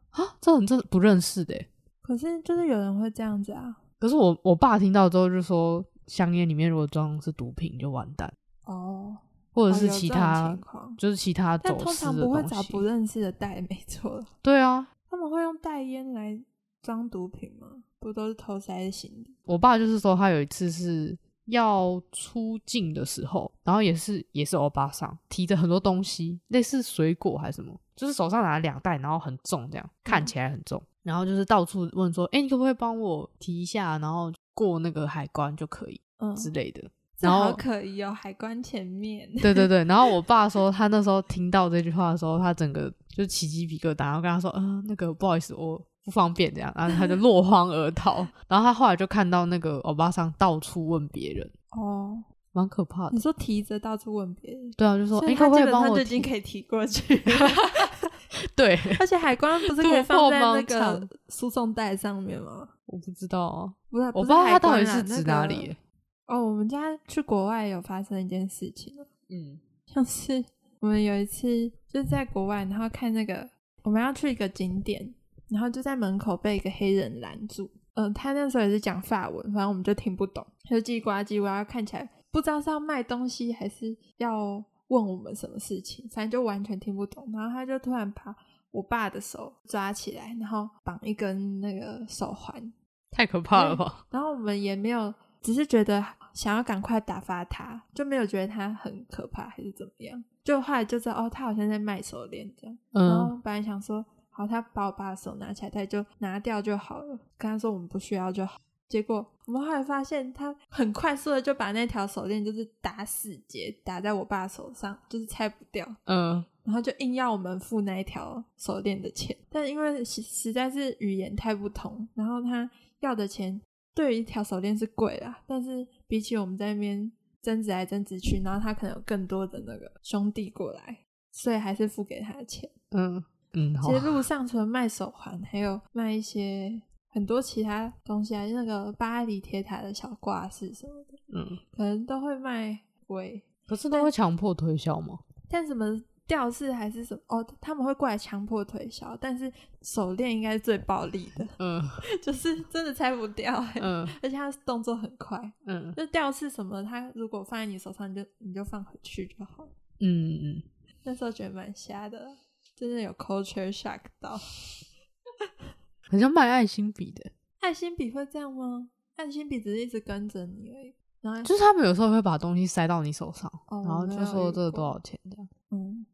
Speaker 3: 这很这不认识的欸、
Speaker 1: 可是就是有人会这样子啊。
Speaker 3: 可是我我爸听到之后就说，香烟里面如果装是毒品就完蛋，
Speaker 1: 哦，
Speaker 3: 或
Speaker 1: 或
Speaker 3: 者是其他、
Speaker 1: 情况，
Speaker 3: 就是其他走
Speaker 1: 但通
Speaker 3: 私
Speaker 1: 常
Speaker 3: 的
Speaker 1: 不会
Speaker 3: 东
Speaker 1: 找不
Speaker 3: 西。
Speaker 1: 认识的带，没错。
Speaker 3: 对啊，
Speaker 1: 他们会用代烟来装毒品吗？不都是偷塞型的？
Speaker 3: 我爸就是说他有一次是要出境的时候，然后也是也是欧巴桑提着很多东西，类似水果还是什么，就是手上拿了两袋，然后很重这样，看起来很重，然后就是到处问说，哎、你可不可以帮我提一下，然后过那个海关就可以
Speaker 1: 嗯，
Speaker 3: 之类的。
Speaker 1: 这
Speaker 3: 然后
Speaker 1: 好可疑哦，海关前面。
Speaker 3: 对对对，然后我爸说他那时候听到这句话的时候，他整个就起鸡皮疙瘩，然后跟他说：“嗯、那个不好意思，我不方便这样。”然后他 就落荒而逃。然后他后来就看到那个欧巴桑到处问别人，
Speaker 1: 哦，
Speaker 3: 蛮可怕的
Speaker 1: 你。说提着到处问别人，
Speaker 3: 对啊，就说：“
Speaker 1: 所
Speaker 3: 哎，
Speaker 1: 以
Speaker 3: 可
Speaker 1: 他
Speaker 3: 不
Speaker 1: 基
Speaker 3: 可以
Speaker 1: 本
Speaker 3: 帮
Speaker 1: 上
Speaker 3: 我
Speaker 1: 就已
Speaker 3: 提
Speaker 1: 经可以提过去，？”
Speaker 3: 对，
Speaker 1: 而且海关不是可以放在那个输送带上面吗？
Speaker 3: 我不知道啊，
Speaker 1: 不是，
Speaker 3: 我不
Speaker 1: 不
Speaker 3: 知道他
Speaker 1: 海
Speaker 3: 到
Speaker 1: 关
Speaker 3: 底
Speaker 1: 啦
Speaker 3: 是指哪里、
Speaker 1: 那个哦，我们家去国外有发生一件事情，
Speaker 3: 嗯
Speaker 1: 像是我们有一次就是在国外，然后看那个我们要去一个景点，然后就在门口被一个黑人拦住。嗯、他那时候也是讲法文，反正我们就听不懂，他就叽里呱啦叽里呱啦，看起来不知道是要卖东西还是要问我们什么事情，反正就完全听不懂。然后他就突然把我爸的手抓起来，然后绑一根那个手环，
Speaker 3: 太可怕了吧？
Speaker 1: 然后我们也没有，只是觉得想要赶快打发他，就没有觉得他很可怕还是怎么样。就后来就知道哦，他好像在卖手链这样。 然
Speaker 3: 嗯，
Speaker 1: 后本来想说，好，他把我爸的手拿起来，他就拿掉就好了，跟他说我们不需要就好。结果我们后来发现，他很快速的就把那条手链就是打死结，打在我爸手上，就是拆不掉。
Speaker 3: 嗯，
Speaker 1: 然后就硬要我们付那一条手链的钱，但因为实实在是语言太不同，然后他要的钱对于一条手链是贵啦，但是比起我们在那边争执来争执去，然后他可能有更多的那个兄弟过来，所以还是付给他的钱。
Speaker 3: 嗯嗯，好
Speaker 1: 其实路上除了卖手环，还有卖一些很多其他东西啊，那个巴黎铁塔的小挂饰什么的，
Speaker 3: 嗯，
Speaker 1: 可能都会卖贵。
Speaker 3: 可是都会强迫推销吗？
Speaker 1: 但什么吊饰还是什么哦，他们会过来强迫推销，但是手链应该是最暴力的，
Speaker 3: 嗯
Speaker 1: 就是真的拆不掉、欸，
Speaker 3: 嗯
Speaker 1: 而且他动作很快。
Speaker 3: 嗯
Speaker 1: 就吊饰什么，他如果放在你手上，你就你就放回去就好。
Speaker 3: 嗯嗯，
Speaker 1: 那时候觉得蛮瞎的，真的有 culture shock 到。
Speaker 3: 很像卖爱心笔的。
Speaker 1: 爱心笔会这样吗？爱心笔只是一直跟着你而已，然后
Speaker 3: 就是他们有时候会把东西塞到你手上，
Speaker 1: 哦
Speaker 3: 然后就说这多少钱这样。
Speaker 1: 嗯，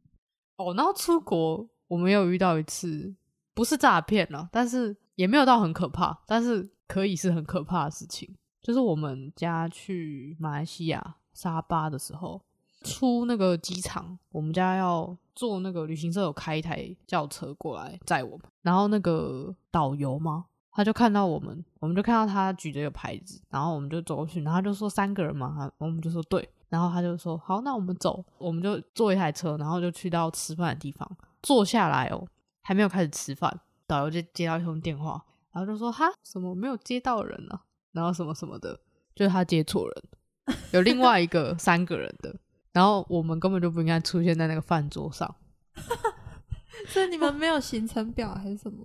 Speaker 3: 哦，然后出国我们有遇到一次，不是诈骗了，但是也没有到很可怕，但是可以是很可怕的事情。就是我们家去马来西亚沙巴的时候，出那个机场，我们家要坐那个旅行社有开一台轿车过来载我们，然后那个导游嘛，他就看到我们，我们就看到他举着一个牌子，然后我们就走过去，然后他就说三个人嘛，他我们就说对，然后他就说好，那我们走，我们就坐一台车，然后就去到吃饭的地方，坐下来哦，还没有开始吃饭，导游就接到一通电话，然后就说哈什么没有接到人啊，然后什么什么的，就是他接错人，有另外一个三个人的，然后我们根本就不应该出现在那个饭桌上，
Speaker 1: 所以你们没有行程表还是什么？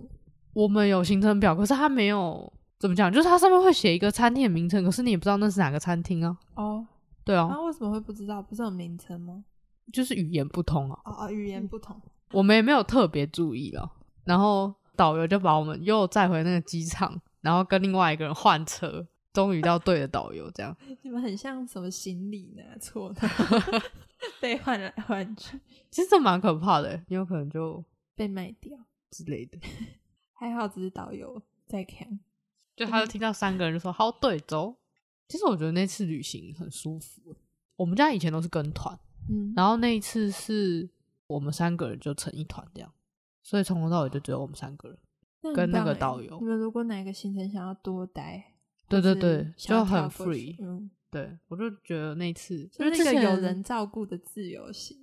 Speaker 3: 我们有行程表，可是他没有怎么讲，就是它上面会写一个餐厅的名称，可是你也不知道那是哪个餐厅啊。
Speaker 1: 哦，
Speaker 3: 对啊，
Speaker 1: 那、为什么会不知道？不是有名称吗？
Speaker 3: 就是语言不通啊，
Speaker 1: 哦哦，语言不同。
Speaker 3: 我们也没有特别注意了。然后导游就把我们又载回那个机场，然后跟另外一个人换车，终于到对的导游这样。
Speaker 1: 你们很像什么行李拿错了， 被换来换去，
Speaker 3: 其实这蛮可怕的，你有可能就
Speaker 1: 被卖掉。
Speaker 3: 之类的。
Speaker 1: 还好只是导游在看。
Speaker 3: 就他就听到三个人就说好对走。其实我觉得那次旅行很舒服。我们家以前都是跟团，
Speaker 1: 嗯，
Speaker 3: 然后那一次是我们三个人就成一团这样，所以从头到尾就只有我们三个人。
Speaker 1: 那很
Speaker 3: 跟那
Speaker 1: 棒
Speaker 3: 个
Speaker 1: 欸
Speaker 3: 导游
Speaker 1: 你们如果哪个行程想要多待，
Speaker 3: 对
Speaker 1: 或
Speaker 3: 对
Speaker 1: 是
Speaker 3: 对，
Speaker 1: 想要
Speaker 3: 就很
Speaker 1: 跳过去
Speaker 3: free。
Speaker 1: 嗯，
Speaker 3: 对我就觉得那次
Speaker 1: 就是那
Speaker 3: 之
Speaker 1: 个
Speaker 3: 前
Speaker 1: 有人照顾的自由行。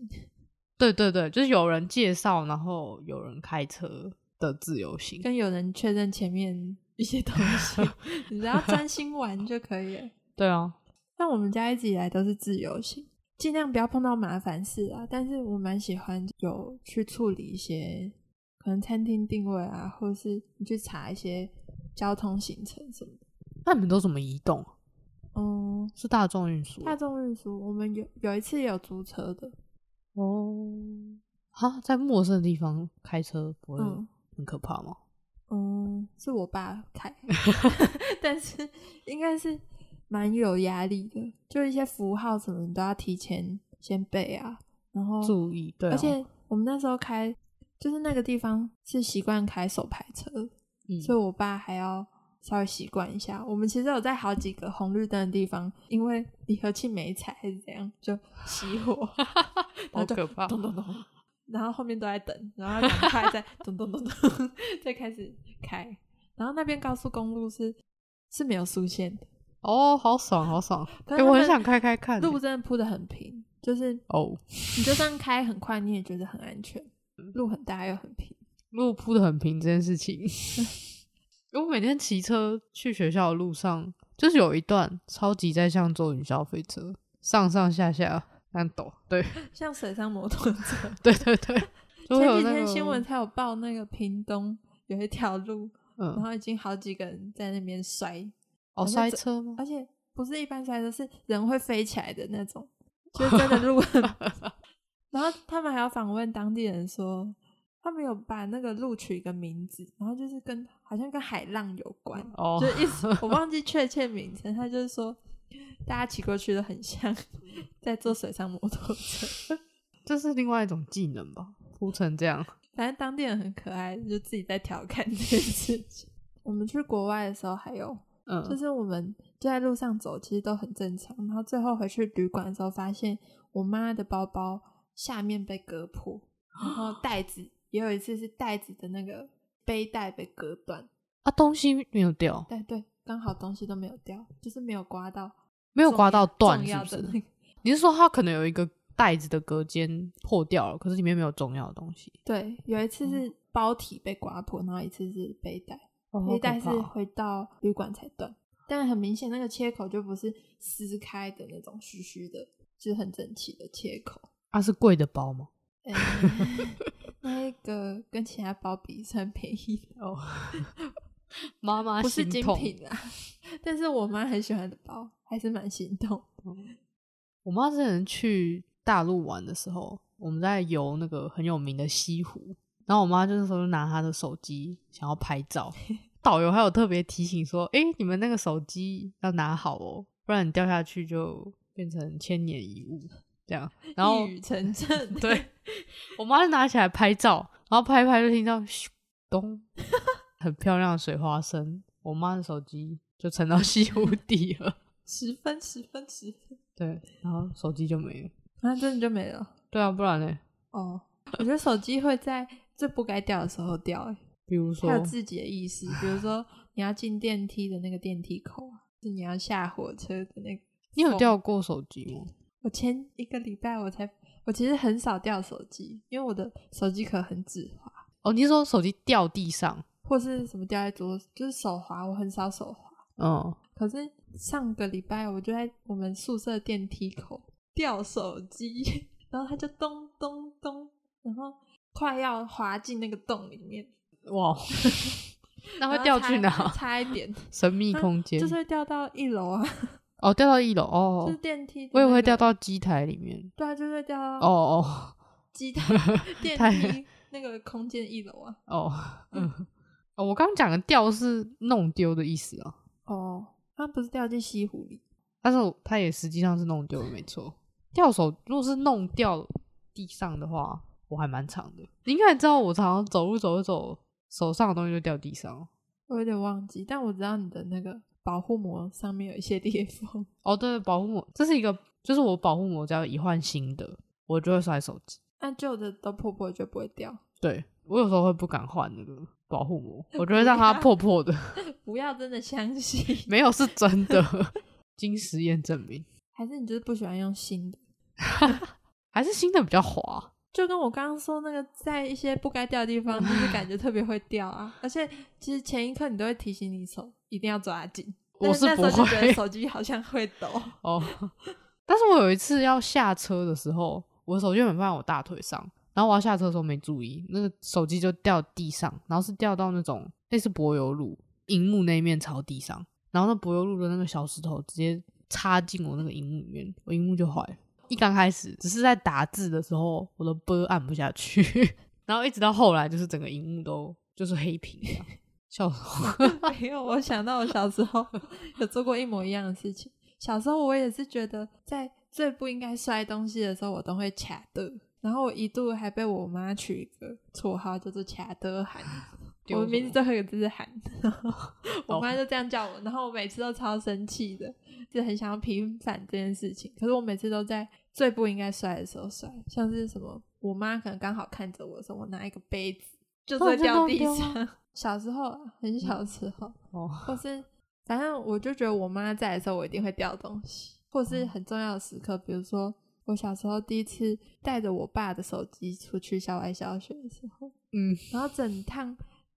Speaker 3: 对对对，就是有人介绍，然后有人开车的自由行。
Speaker 1: 跟有人确认前面一些东 西，你只要专心玩就可以了。
Speaker 3: 对啊，
Speaker 1: 但我们家一直以来都是自由行，尽量不要碰到麻烦事啊。但是我蛮喜欢有去处理一些可能餐厅定位啊，或是你去查一些交通行程什么的。
Speaker 3: 那你们都怎么移动？啊
Speaker 1: 嗯，
Speaker 3: 是大众运输？啊
Speaker 1: 大众运输，我们有有一次也有租车的，
Speaker 3: 哦，哈，在陌生的地方开车不会
Speaker 1: 嗯
Speaker 3: 很可怕吗？
Speaker 1: 嗯，是我爸开，但是应该是蛮有压力的，就一些符号什么你都要提前先背啊，然后
Speaker 3: 注意，对啊、
Speaker 1: 而且我们那时候开，就是那个地方是习惯开手排车，
Speaker 3: 嗯
Speaker 1: 所以我爸还要稍微习惯一下。我们其实有在好几个红绿灯的地方，因为离合器没踩还是怎样，就熄火，然
Speaker 3: 好
Speaker 1: 后就
Speaker 3: 可 怕。
Speaker 1: 咚咚咚， 然后后面都在等，然后赶快再 咚咚咚咚 再开始开。然后那边高速公路是是没有速限的，
Speaker 3: 哦，好爽，好爽！
Speaker 1: 可
Speaker 3: 哎、
Speaker 1: 是他
Speaker 3: 我很
Speaker 1: 们
Speaker 3: 想开开看欸。
Speaker 1: 路真的铺的很平，就是
Speaker 3: 哦，
Speaker 1: 你就算开很快，你也觉得很安全，路很大又很平。
Speaker 3: 路铺的很平这件事情， 因为我每天骑车去学校的路上，就是有一段超级在像坐云霄飞车，上上下下那抖，对
Speaker 1: 像水上摩托车，
Speaker 3: 对 对对，就
Speaker 1: 前
Speaker 3: 会有
Speaker 1: 几
Speaker 3: 那
Speaker 1: 天
Speaker 3: 个哦
Speaker 1: 新闻，才有报那个屏东有一条路，然
Speaker 3: 嗯，
Speaker 1: 后已经好几个人在那边摔，
Speaker 3: 哦，
Speaker 1: 好像呃
Speaker 3: 塞
Speaker 1: 走
Speaker 3: 车吗？
Speaker 1: 而且不是一般摔车，是人会飞起来的那种，就是真的路 很。然后他们还要访问当地人说，他们有把那个路取一个名字，然后就是跟好像跟海浪有关，
Speaker 3: 哦
Speaker 1: 就，一 直我忘记确切名称，他就是说大家骑过去都很像 在坐水上摩托车，
Speaker 3: 这是另外一种技能吧，铺成这样，
Speaker 1: 反正当地人很可爱，就自己在调侃这件事情。 我们去国外的时候，还有
Speaker 3: 嗯，
Speaker 1: 就是我们就在路上走，其实都很正常。然后最后回去旅馆的时候，发现我妈的包包下面被割破，然后 袋子也有一次是袋子的那个背带被割断。
Speaker 3: 啊，东西没有掉，
Speaker 1: 对对，刚好东西都没有掉，就是没有刮到，
Speaker 3: 没有刮到断，
Speaker 1: 重
Speaker 3: 是
Speaker 1: 要
Speaker 3: 不
Speaker 1: 的
Speaker 3: 是
Speaker 1: 那？个
Speaker 3: 你是说它可能有一个袋子的隔间破掉了，可是里面没有重要的东西？
Speaker 1: 对，有一次是包体被刮破，然后一次是背带，
Speaker 3: 哦好
Speaker 1: 背带
Speaker 3: 可
Speaker 1: 是
Speaker 3: 怕哦
Speaker 1: 回到旅馆才断，但很明显那个切口就不是撕开的那种虚虚的，就是很整齐的切口。
Speaker 3: 啊，是贵的包吗？
Speaker 1: 哎 那一个跟其他包比算便宜的，
Speaker 3: 哦，妈妈
Speaker 1: 不是
Speaker 3: 哦心
Speaker 1: 精
Speaker 3: 痛
Speaker 1: 品啊，但是我妈很喜欢的包，还是蛮心动。
Speaker 3: 我妈之前去大陆玩的时候，我们在游那个很有名的西湖，然后我妈就是说拿她的手机想要拍照，导游还有特别提醒说：“诶，你们那个手机要拿好哦，不然你掉下去就变成千年遗物这样。然后
Speaker 1: 一语成谶，
Speaker 3: 对 我妈就拿起来拍照，然后拍一拍就听到咻咚，很漂亮的水花声，我妈的手机就沉到西湖底了。
Speaker 1: 十分十分十分，
Speaker 3: 对，然后手机就没了。
Speaker 1: 啊，真的就没了
Speaker 3: 对啊，不然呢？
Speaker 1: 哦。我觉得手机会在最不该掉的时候掉、欸，
Speaker 3: 比如说
Speaker 1: 它有自己的意思，比如 说你要进电梯的那个电梯口啊，是你要下火车的那个。
Speaker 3: 你有掉过手机吗？
Speaker 1: 我前一个礼拜我才，我其实很少掉手机，因为我的手机壳很止滑，
Speaker 3: 哦，你是说手机掉地上？
Speaker 1: 或是什么掉在桌，就是手滑，我很少手滑。
Speaker 3: 嗯，
Speaker 1: 可是上个礼拜我就在我们宿舍电梯口掉手机， 然后它就咚咚咚，然后快要滑进那个洞里面，
Speaker 3: 哇， 那
Speaker 1: 哦然
Speaker 3: 会
Speaker 1: 后
Speaker 3: 掉去
Speaker 1: 差
Speaker 3: 哪？
Speaker 1: 差一 点，
Speaker 3: 神秘
Speaker 1: 啊
Speaker 3: 空间、
Speaker 1: 就是会掉到一楼啊，
Speaker 3: 哦，掉到一楼
Speaker 1: 就
Speaker 3: 哦
Speaker 1: 是，电梯、
Speaker 3: 我也会掉，到机台里面
Speaker 1: 对啊，就是会掉
Speaker 3: 哦
Speaker 1: 到
Speaker 3: 哦
Speaker 1: 机 台、电梯那个空间一楼啊。
Speaker 3: 哦，嗯，哦我刚刚讲的掉是弄丢的意思啊，
Speaker 1: 哦，它不是掉进西湖里，
Speaker 3: 但是我它也实际上是弄丢的，没错。掉手如果是弄掉地上的话，我还蛮长的。你应该也知道，我常常走路走一走，手上的东西就掉地上。啊
Speaker 1: 我有点忘记，但我知道你的那个保护膜上面有一些裂缝。
Speaker 3: 哦，对，保护膜，这是一个，就是我保护膜只要一换新的，我就会摔手机。
Speaker 1: 那旧的都破破就不会掉，
Speaker 3: 对我有时候会不敢换那个保护膜，我就会让它破破的，
Speaker 1: 不要真的相信。
Speaker 3: 没有是真的。 经实验证明，
Speaker 1: 还是你就是不喜欢用新的？
Speaker 3: 还是新的比较滑。
Speaker 1: 就跟我刚刚说那个，在一些不该掉的地方，就是感觉特别会掉啊。 而且其实前一刻你都会提醒你手一定要抓紧，
Speaker 3: 我
Speaker 1: 但是那
Speaker 3: 不
Speaker 1: 时候就觉得
Speaker 3: 会
Speaker 1: 手机好像会抖。
Speaker 3: 哦， 但是我有一次要下车的时候，我手机原本放在我大腿上，然后我要下车的时候没注意，那个手机就掉地上，然后是掉到那种类似柏油路，荧幕那一面朝地上，然后那柏油路的那个小石头直接插进我那个荧幕里面，我荧幕就坏了。一刚开始只是在打字的时候，我的波按不下去， 然后一直到后来就是整个荧幕都就是黑屏这样， 笑死 我。
Speaker 1: 没有，我想到我小时候有做过一模一样的事情。小时候我也是觉得，在最不应该摔东西的时候，我都会卡的。然后我一度还被我妈取一个绰号，叫做“卡的喊”。
Speaker 3: 丢
Speaker 1: 我
Speaker 3: 什
Speaker 1: 们
Speaker 3: 么
Speaker 1: 名字最后一个字是“喊”，然后我
Speaker 3: 哦
Speaker 1: 妈就这样叫我，然后我每次都超生气的，就很想要平反这件事情。可是我每次都在最不应该摔的时候摔，像是什么，我妈可能刚好看着我的时候，我拿一个杯子，就
Speaker 3: 哦
Speaker 1: 会
Speaker 3: 这
Speaker 1: 掉
Speaker 3: 弄
Speaker 1: 地
Speaker 3: 丢
Speaker 1: 上。 小时候啊，很小的时候，
Speaker 3: 哦，
Speaker 1: 或是反正我就觉得我妈在的时候，我一定会掉东西，或是很重要的时刻，比如说我小时候第一次带着我爸的手机出去校外小学的时候，
Speaker 3: 嗯，
Speaker 1: 然后整趟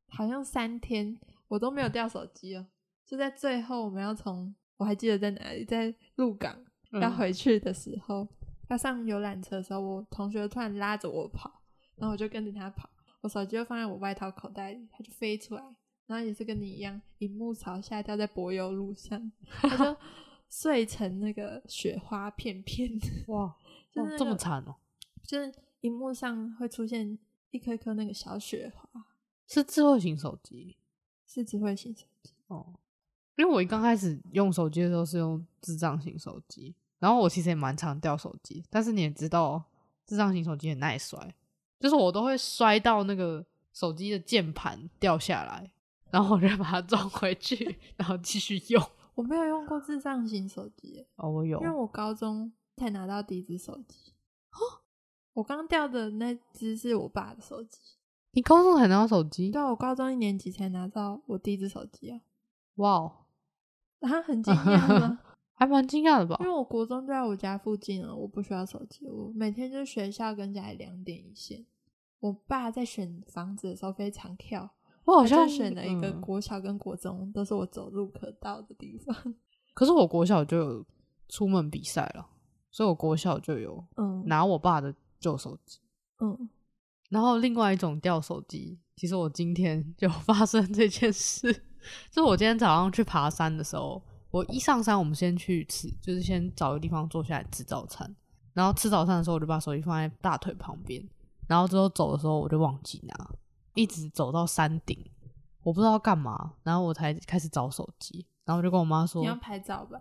Speaker 1: 好像三天我都没有掉手机哦，就在最后我们要从我还记得在哪里，在鹿港要
Speaker 3: 嗯
Speaker 1: 回去的时候，要上游览车的时候，我同学突然拉着我跑，然后我就跟着他跑，我手机就放在我外套口袋里，它就飞出来，然后也是跟你一样，荧幕朝下掉在柏油路上，它就碎成那个雪花片片，
Speaker 3: 哇，
Speaker 1: 就
Speaker 3: 哦
Speaker 1: 是那
Speaker 3: 这么
Speaker 1: 个
Speaker 3: 惨哦，
Speaker 1: 就是荧幕上会出现一颗一颗那个小雪花，
Speaker 3: 是智慧型手机。
Speaker 1: 是智慧型手机。
Speaker 3: 哦，因为我一刚开始用手机的时候是用智障型手机，然后我其实也蛮常掉手机，但是你也知道，智障型手机很耐摔，就是我都会摔到那个手机的键盘掉下来，然后我就把它装回去， 然后继续用。
Speaker 1: 我没有用过智障型手机耶，
Speaker 3: 哦，我有
Speaker 1: 因为我高中才拿到第一只手机。哦我刚掉的那只是我爸的手机，
Speaker 3: 你高中才拿到手机
Speaker 1: 对，啊，我高中一年级才拿到我第一只手机啊，
Speaker 3: 哇哦，
Speaker 1: 啊，很惊讶 吗？
Speaker 3: 还蛮惊讶的吧
Speaker 1: 因？为我国中就在我家附近啊，我不需要手机，我每天就是学校跟家里两点一线。我爸在选房子的时候非常跳，
Speaker 3: 我好
Speaker 1: 他就
Speaker 3: 像
Speaker 1: 选了一个
Speaker 3: 嗯
Speaker 1: 国小跟国中都是我走路可到的地方。
Speaker 3: 可是我国小就有出门比赛了，所以我国小就有
Speaker 1: 嗯
Speaker 3: 拿我爸的旧手机。
Speaker 1: 嗯，
Speaker 3: 然后另外一种掉手机，其实我今天就 发生这件事，就是我今天早上去爬山的时候，我一上山，我们先去吃，就是先找个地方坐下来吃早餐。然后吃早餐的时候，我就把手机放在大腿旁边，然后之后走的时候我就忘记拿，一直走到山顶，我不知道干嘛，然后我才开始找手机，然后我就跟我妈说
Speaker 1: 你要拍照吧？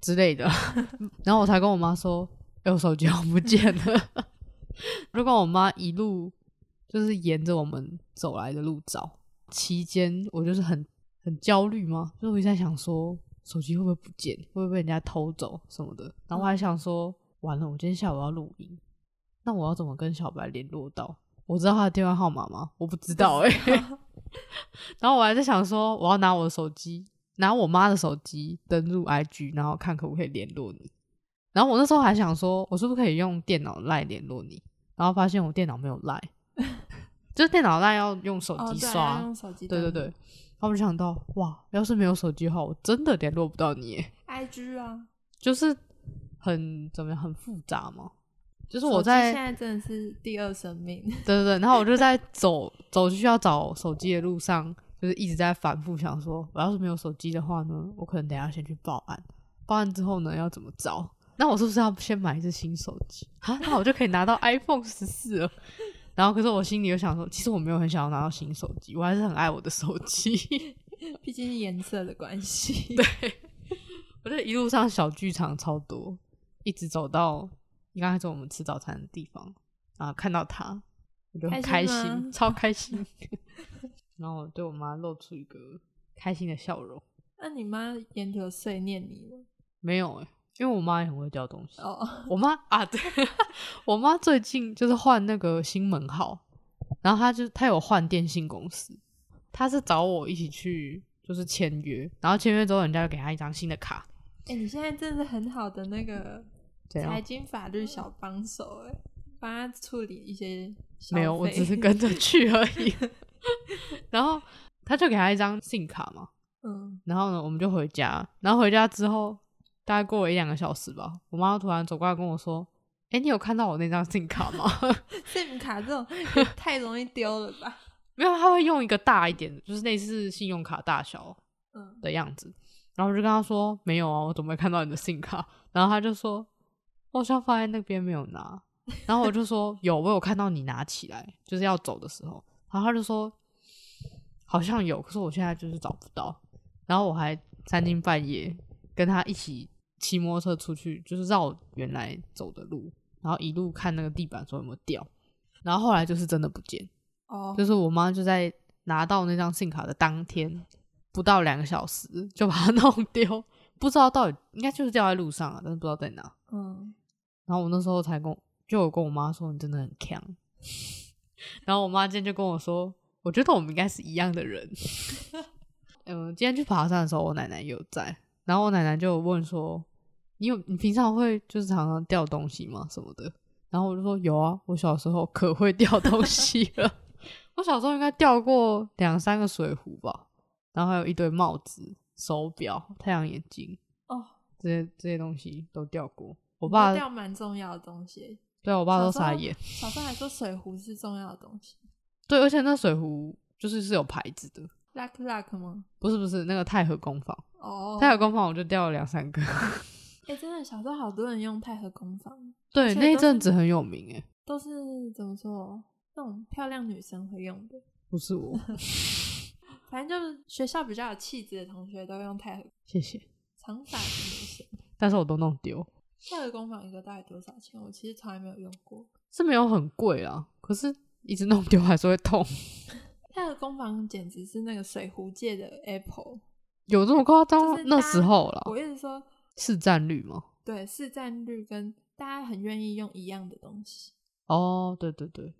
Speaker 3: 之类的。 然后我才跟我妈说：“哎、我手机好像不见了。” 就跟我妈一路就是沿着我们走来的路找，期间我就是很很焦虑嘛，就是我一直在想说手机会不会不见，会不会被人家偷走什么的。然后我还想说，完了，我今天下午要录音，那我要怎么跟小白联络到？我知道他的电话号码吗？我不知道哎、 然后我还在想说，我要拿我的手机，拿我妈的手机登入 IG，然后看可不可以联络你。然后我那时候还想说，我是不是可以用电脑赖联络你？然后发现我电脑没有 赖，就是电脑赖要用手
Speaker 1: 哦，
Speaker 3: 机
Speaker 1: 对
Speaker 3: 刷
Speaker 1: 啊，要。用手机，
Speaker 3: 对对对，然后我就想到，哇，要是没有手机的话，我真的联络不到你耶，
Speaker 1: ，IG 啊，
Speaker 3: 就是很怎么样，很复杂嘛。就是我
Speaker 1: 手机
Speaker 3: 在
Speaker 1: 现在真的是第二生命，
Speaker 3: 对对对，然后我就在走走去要找手机的路上，就是一直在反复想说，我要是没有手机的话呢，我可能等一下先去报案，报案之后呢要怎么找？那我是不是要先买一只新手机啊？那我就可以拿到 iPhone 十四了。 然后可是我心里又想说，其实我没有很想要拿到新手机，我还是很爱我的手机。
Speaker 1: 毕竟是颜色的关系。
Speaker 3: 我就一路上小剧场超多，一直走到你刚才走我们吃早餐的地方啊，看到他，我就很开
Speaker 1: 开
Speaker 3: 心，
Speaker 1: 心吗
Speaker 3: 超开 心。然后我对我妈露出一个开心的笑容。
Speaker 1: 那你妈研究碎念你吗？
Speaker 3: 没有哎、因为我妈也很会教东西。
Speaker 1: 哦，
Speaker 3: 我妈啊，对，我妈最近就是换那个新门号，然后她就她有换电信公司，她是找我一起去就是签约，然后签约之后人家就给她一张新的卡，
Speaker 1: 哎、你现在真的是很好的那个
Speaker 3: 这样
Speaker 1: 财经法律小帮手、哎，帮他处理一些消
Speaker 3: 没有，我
Speaker 1: 费
Speaker 3: 只是跟着去而 已。然后他就给他一张信卡嘛，
Speaker 1: 嗯，
Speaker 3: 然后呢，我们就回家。然后回家之后，大概过了一两个小时吧，我妈突然走过来跟我说：“哎、你有看到我那张信卡吗
Speaker 1: 信卡这种 也太容易丢了吧？？”
Speaker 3: 没有，他会用一个大一点的，就是类似信用卡大小
Speaker 1: 嗯，
Speaker 3: 的样子。然后我就跟他说：“没有啊，我怎么会看到你的信卡？” 然后他就说：“哦我好像放在那边没有拿。” 然后我就说：“有，我有看到你拿起来，就是要走的时候。”然后他就说：“好像有，可是我现在就是找不到。”然后我还三更半夜跟他一起骑摩托车出去，就是绕原来走的路，然后一路看那个地板说有没有掉。然后后来就是真的不见。
Speaker 1: 哦，
Speaker 3: 就是我妈就在拿到那张信卡的当天，不到两个小时就把它弄丢，不知道到底应该就是掉在路上啊，但是不知道在哪。
Speaker 1: 嗯，
Speaker 3: 然后我那时候才跟我就有跟我妈说，你真的很强。 然后我妈今天就跟我说，我觉得我们应该是一样的人。 嗯，今天去爬山的时候，我奶奶也有在，然后我奶奶就有问说，你有你平常会就是常常掉东西吗什么的？然后我就说有啊，我小时候可会掉东西了， 我小时候应该掉过两三个水壶吧，然后还有一堆帽子、手表、太阳眼镜
Speaker 1: 哦，
Speaker 3: 这些这些东西都掉过。我
Speaker 1: 我
Speaker 3: 爸
Speaker 1: 掉蛮重要的东西，
Speaker 3: 对啊我爸
Speaker 1: 小
Speaker 3: 都
Speaker 1: 时候
Speaker 3: 傻眼。
Speaker 1: 小时候还说水壶是重要的东西
Speaker 3: 对，而且那水壶就是是有牌子的，
Speaker 1: ，luck luck 吗？
Speaker 3: 不是不是那个太和工坊，
Speaker 1: 哦，
Speaker 3: 太和工坊我就掉了两 三个。
Speaker 1: 哎、真的小时候好多人用太和工坊，
Speaker 3: 对，
Speaker 1: 而且都
Speaker 3: 那一
Speaker 1: 是
Speaker 3: 阵子很有名欸诶，
Speaker 1: 都是怎么说那种漂亮女生会用的，
Speaker 3: 不 是我，
Speaker 1: 反正就是学校比较有气质的同学都用太和
Speaker 3: 谢谢。
Speaker 1: 长发的女生。
Speaker 3: 但是我都弄丢，
Speaker 1: 太和工坊一个大概多少钱？我其实从来没有用过。
Speaker 3: 是没有很贵啊，可是一直弄丢还是会痛，
Speaker 1: 太和工坊简直是那个水壶界的 Apple。
Speaker 3: 有这么夸
Speaker 1: 就
Speaker 3: 张吗？
Speaker 1: 是
Speaker 3: 哦那
Speaker 1: 大家
Speaker 3: 时候啦，
Speaker 1: 我一直说，
Speaker 3: 市占率吗？
Speaker 1: 对市占率跟大家很愿意用一样的东西。
Speaker 3: 哦，对对对，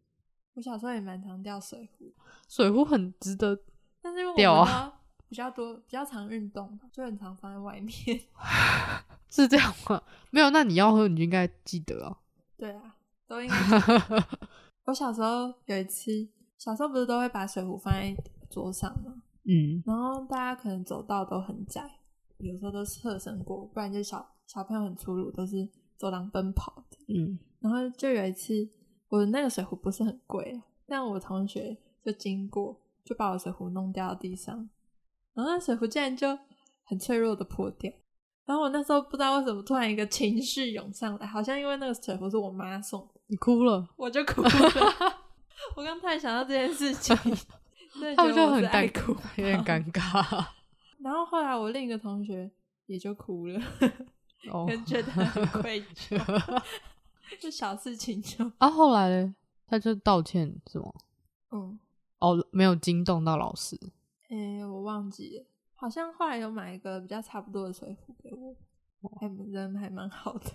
Speaker 1: 我小时候也蛮常掉水壶，
Speaker 3: 水壶很值得。
Speaker 1: 但是因为我
Speaker 3: 掉啊
Speaker 1: 们都比较多，比较常运动吧，就很常放在外面。
Speaker 3: 是这样吗？没有，那你要喝，你就应该记得啊。
Speaker 1: 对啊，都应该我小时候有一次，小时候不是都会把水壶放在桌上吗？
Speaker 3: 嗯，
Speaker 1: 然后大家可能走道都很窄，有时候都是侧身过，不然就小小朋友很粗鲁，都是走廊奔跑的。
Speaker 3: 嗯，
Speaker 1: 然后就有一次，我的那个水壶不是很贵，但我同学就经过，就把我水壶弄掉到地上，然后那水壶竟然就很脆弱的破掉。然后我那时候不知道为什么突然一个情绪涌上来，好像因为那个水壶是我妈送的，
Speaker 3: 你哭了，
Speaker 1: 我就 哭了。我刚突然想到这件事情，真的
Speaker 3: 他
Speaker 1: 觉
Speaker 3: 们
Speaker 1: 得
Speaker 3: 就
Speaker 1: 我
Speaker 3: 很
Speaker 1: 是爱
Speaker 3: 尴
Speaker 1: 哭，
Speaker 3: 尬，有点尴尬。
Speaker 1: 然后后来我另一个同学也就哭了，
Speaker 3: 哦
Speaker 1: 跟觉得很愧 疚，就小事情就
Speaker 3: 啊，后来嘞他就道歉是吗？
Speaker 1: 嗯，
Speaker 3: 哦，没有惊动到老师
Speaker 1: 诶、我忘记了，好像后来有买一个比较差不多的水壶给我，
Speaker 3: 哦
Speaker 1: 还人还蛮好的。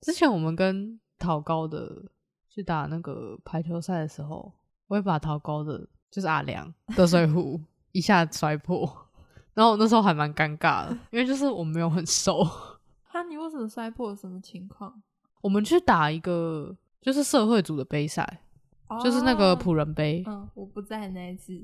Speaker 3: 之前我们跟桃高的去打那个排球赛的时候，我也把桃高的就是阿良的水壶一下摔破，然后我那时候还蛮尴尬的，因为就是我们没有很熟。
Speaker 1: 哈，啊你为什么摔破？什么情况？
Speaker 3: 我们去打一个就是社会组的杯赛，就是那个
Speaker 1: 哦
Speaker 3: 仆人杯，
Speaker 1: 嗯，我不在那一次。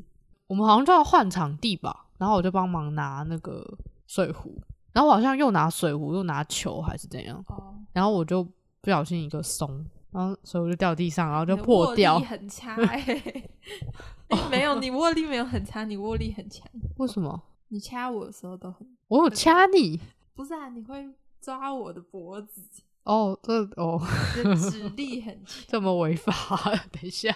Speaker 3: 我们好像就要换场地吧，然后我就帮忙拿那个水壶，然后我好像又拿水壶又拿球还是怎样，
Speaker 1: 哦，
Speaker 3: 然后我就不小心一个松，然后所以我就掉地上，然后
Speaker 1: 我
Speaker 3: 就破掉
Speaker 1: 握力。很差哎、你 没有，你握力没有很差，你握力很强。
Speaker 3: 为什么？
Speaker 1: 你掐我的时候都很
Speaker 3: 我有掐你？
Speaker 1: 不是啊，你会抓我的脖子，
Speaker 3: 哦，这哦
Speaker 1: 你的指力很强。
Speaker 3: 这么违法？等一下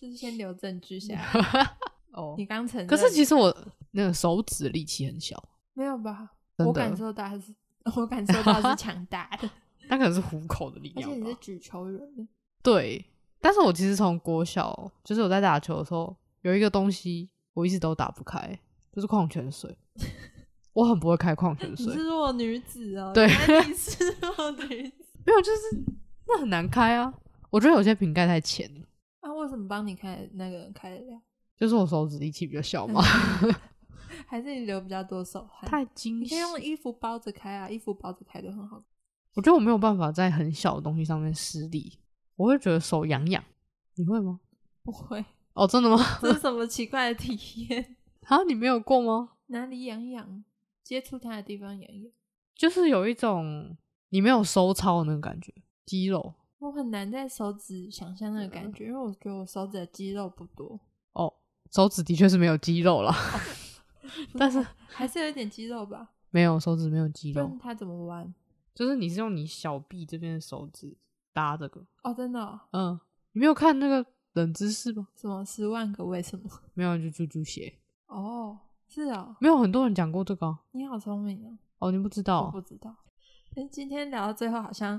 Speaker 1: 就是先留证据下来。
Speaker 3: 哦
Speaker 1: 你，刚承认，
Speaker 3: 可是其
Speaker 1: 实
Speaker 3: 实我那个手指力气很小，
Speaker 1: 没有吧？
Speaker 3: 真
Speaker 1: 我
Speaker 3: 的
Speaker 1: 感受到还 是我感受到是强大的，
Speaker 3: 那可能是虎口的力
Speaker 1: 而
Speaker 3: 量
Speaker 1: 且你是
Speaker 3: 吧。
Speaker 1: 举球员，
Speaker 3: 对，但是我其实从国小就是我在打球的时候，有一个东西我一直都打不开，就是矿 泉水。我很不会开矿泉
Speaker 1: 你
Speaker 3: 水
Speaker 1: 是，弱女子哦。
Speaker 3: 对
Speaker 1: 原来你是弱女子。
Speaker 3: 没有，就是那很难开啊。我觉得有些瓶盖太浅了，
Speaker 1: 那、啊为什么帮你开那个人开的了？
Speaker 3: 就是我手指力气比较小 嘛，
Speaker 1: 还是你流比较多手汗？
Speaker 3: 嗯太精
Speaker 1: 你可以
Speaker 3: 细。
Speaker 1: 用衣服包着开啊，衣服包着开都很好看。
Speaker 3: 我觉得我没有办法在很小的东西上面施力，我会觉得手痒痒。你会吗？
Speaker 1: 不会，
Speaker 3: 哦，真的吗？
Speaker 1: 这是什么奇怪的体验？
Speaker 3: 啊，你没有过吗？
Speaker 1: 哪里痒痒，接触它的地方痒痒。
Speaker 3: 就是有一种你没有收操的那个感觉，肌肉
Speaker 1: 我很难在手指想象那个感觉，因为我觉得我手指的肌肉不多，
Speaker 3: 哦，手指的确是没有肌肉 啦，但是
Speaker 1: 还是有一点肌肉吧。
Speaker 3: 没有手指没有肌
Speaker 1: 不
Speaker 3: 肉
Speaker 1: 然，它怎么玩？
Speaker 3: 就是你是用你小臂这边的手指搭这个，
Speaker 1: 哦，真的、哦，
Speaker 3: 嗯，你没有看那个冷知识吗？
Speaker 1: 什么十万个为什么？
Speaker 3: 没有，就猪猪鞋，
Speaker 1: 哦，是哦，
Speaker 3: 没有很多人讲过这个啊、
Speaker 1: 你好聪明哦，
Speaker 3: 哦，你不知道
Speaker 1: 我
Speaker 3: 哦、
Speaker 1: 不知道。但今天聊到最后，好像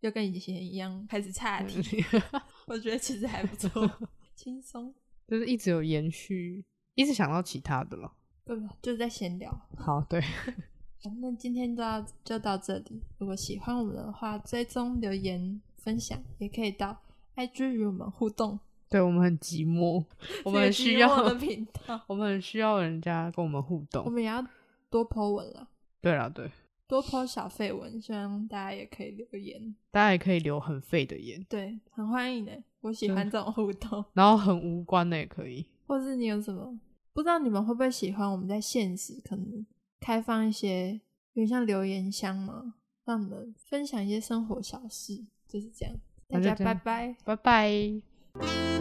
Speaker 1: 又跟以前一样开始岔题， 我觉得其实还不错， 轻松，
Speaker 3: 就是一直有延续，一直想到其他的了。
Speaker 1: 对吧？就是在闲聊。
Speaker 3: 好，对，
Speaker 1: 好那今天就到就到这里。如果喜欢我们的话，追踪留言分享，也可以到 IG 与我们互动。
Speaker 3: 对我们很寂寞，我们很需
Speaker 1: 这个寂寞
Speaker 3: 要
Speaker 1: 的，频道，
Speaker 3: 我们很需要人家跟我们互
Speaker 1: 我
Speaker 3: 动。
Speaker 1: 们也要多 po 文了，
Speaker 3: 对啦，对，
Speaker 1: 多 po 小绯闻，希望大家也可以留言。
Speaker 3: 大家也可以留很废的言，
Speaker 1: 对，很欢迎的，我喜欢这种互动，
Speaker 3: 然后很无关的也可以。
Speaker 1: 或是你有什么不知道你们会不会喜欢？我们在现实可能开放一些，有点像留言箱嘛，让你们分享一些生活小事，就是这样。大
Speaker 3: 那就
Speaker 1: 家
Speaker 3: 这
Speaker 1: 拜
Speaker 3: 样
Speaker 1: 拜。
Speaker 3: 拜拜。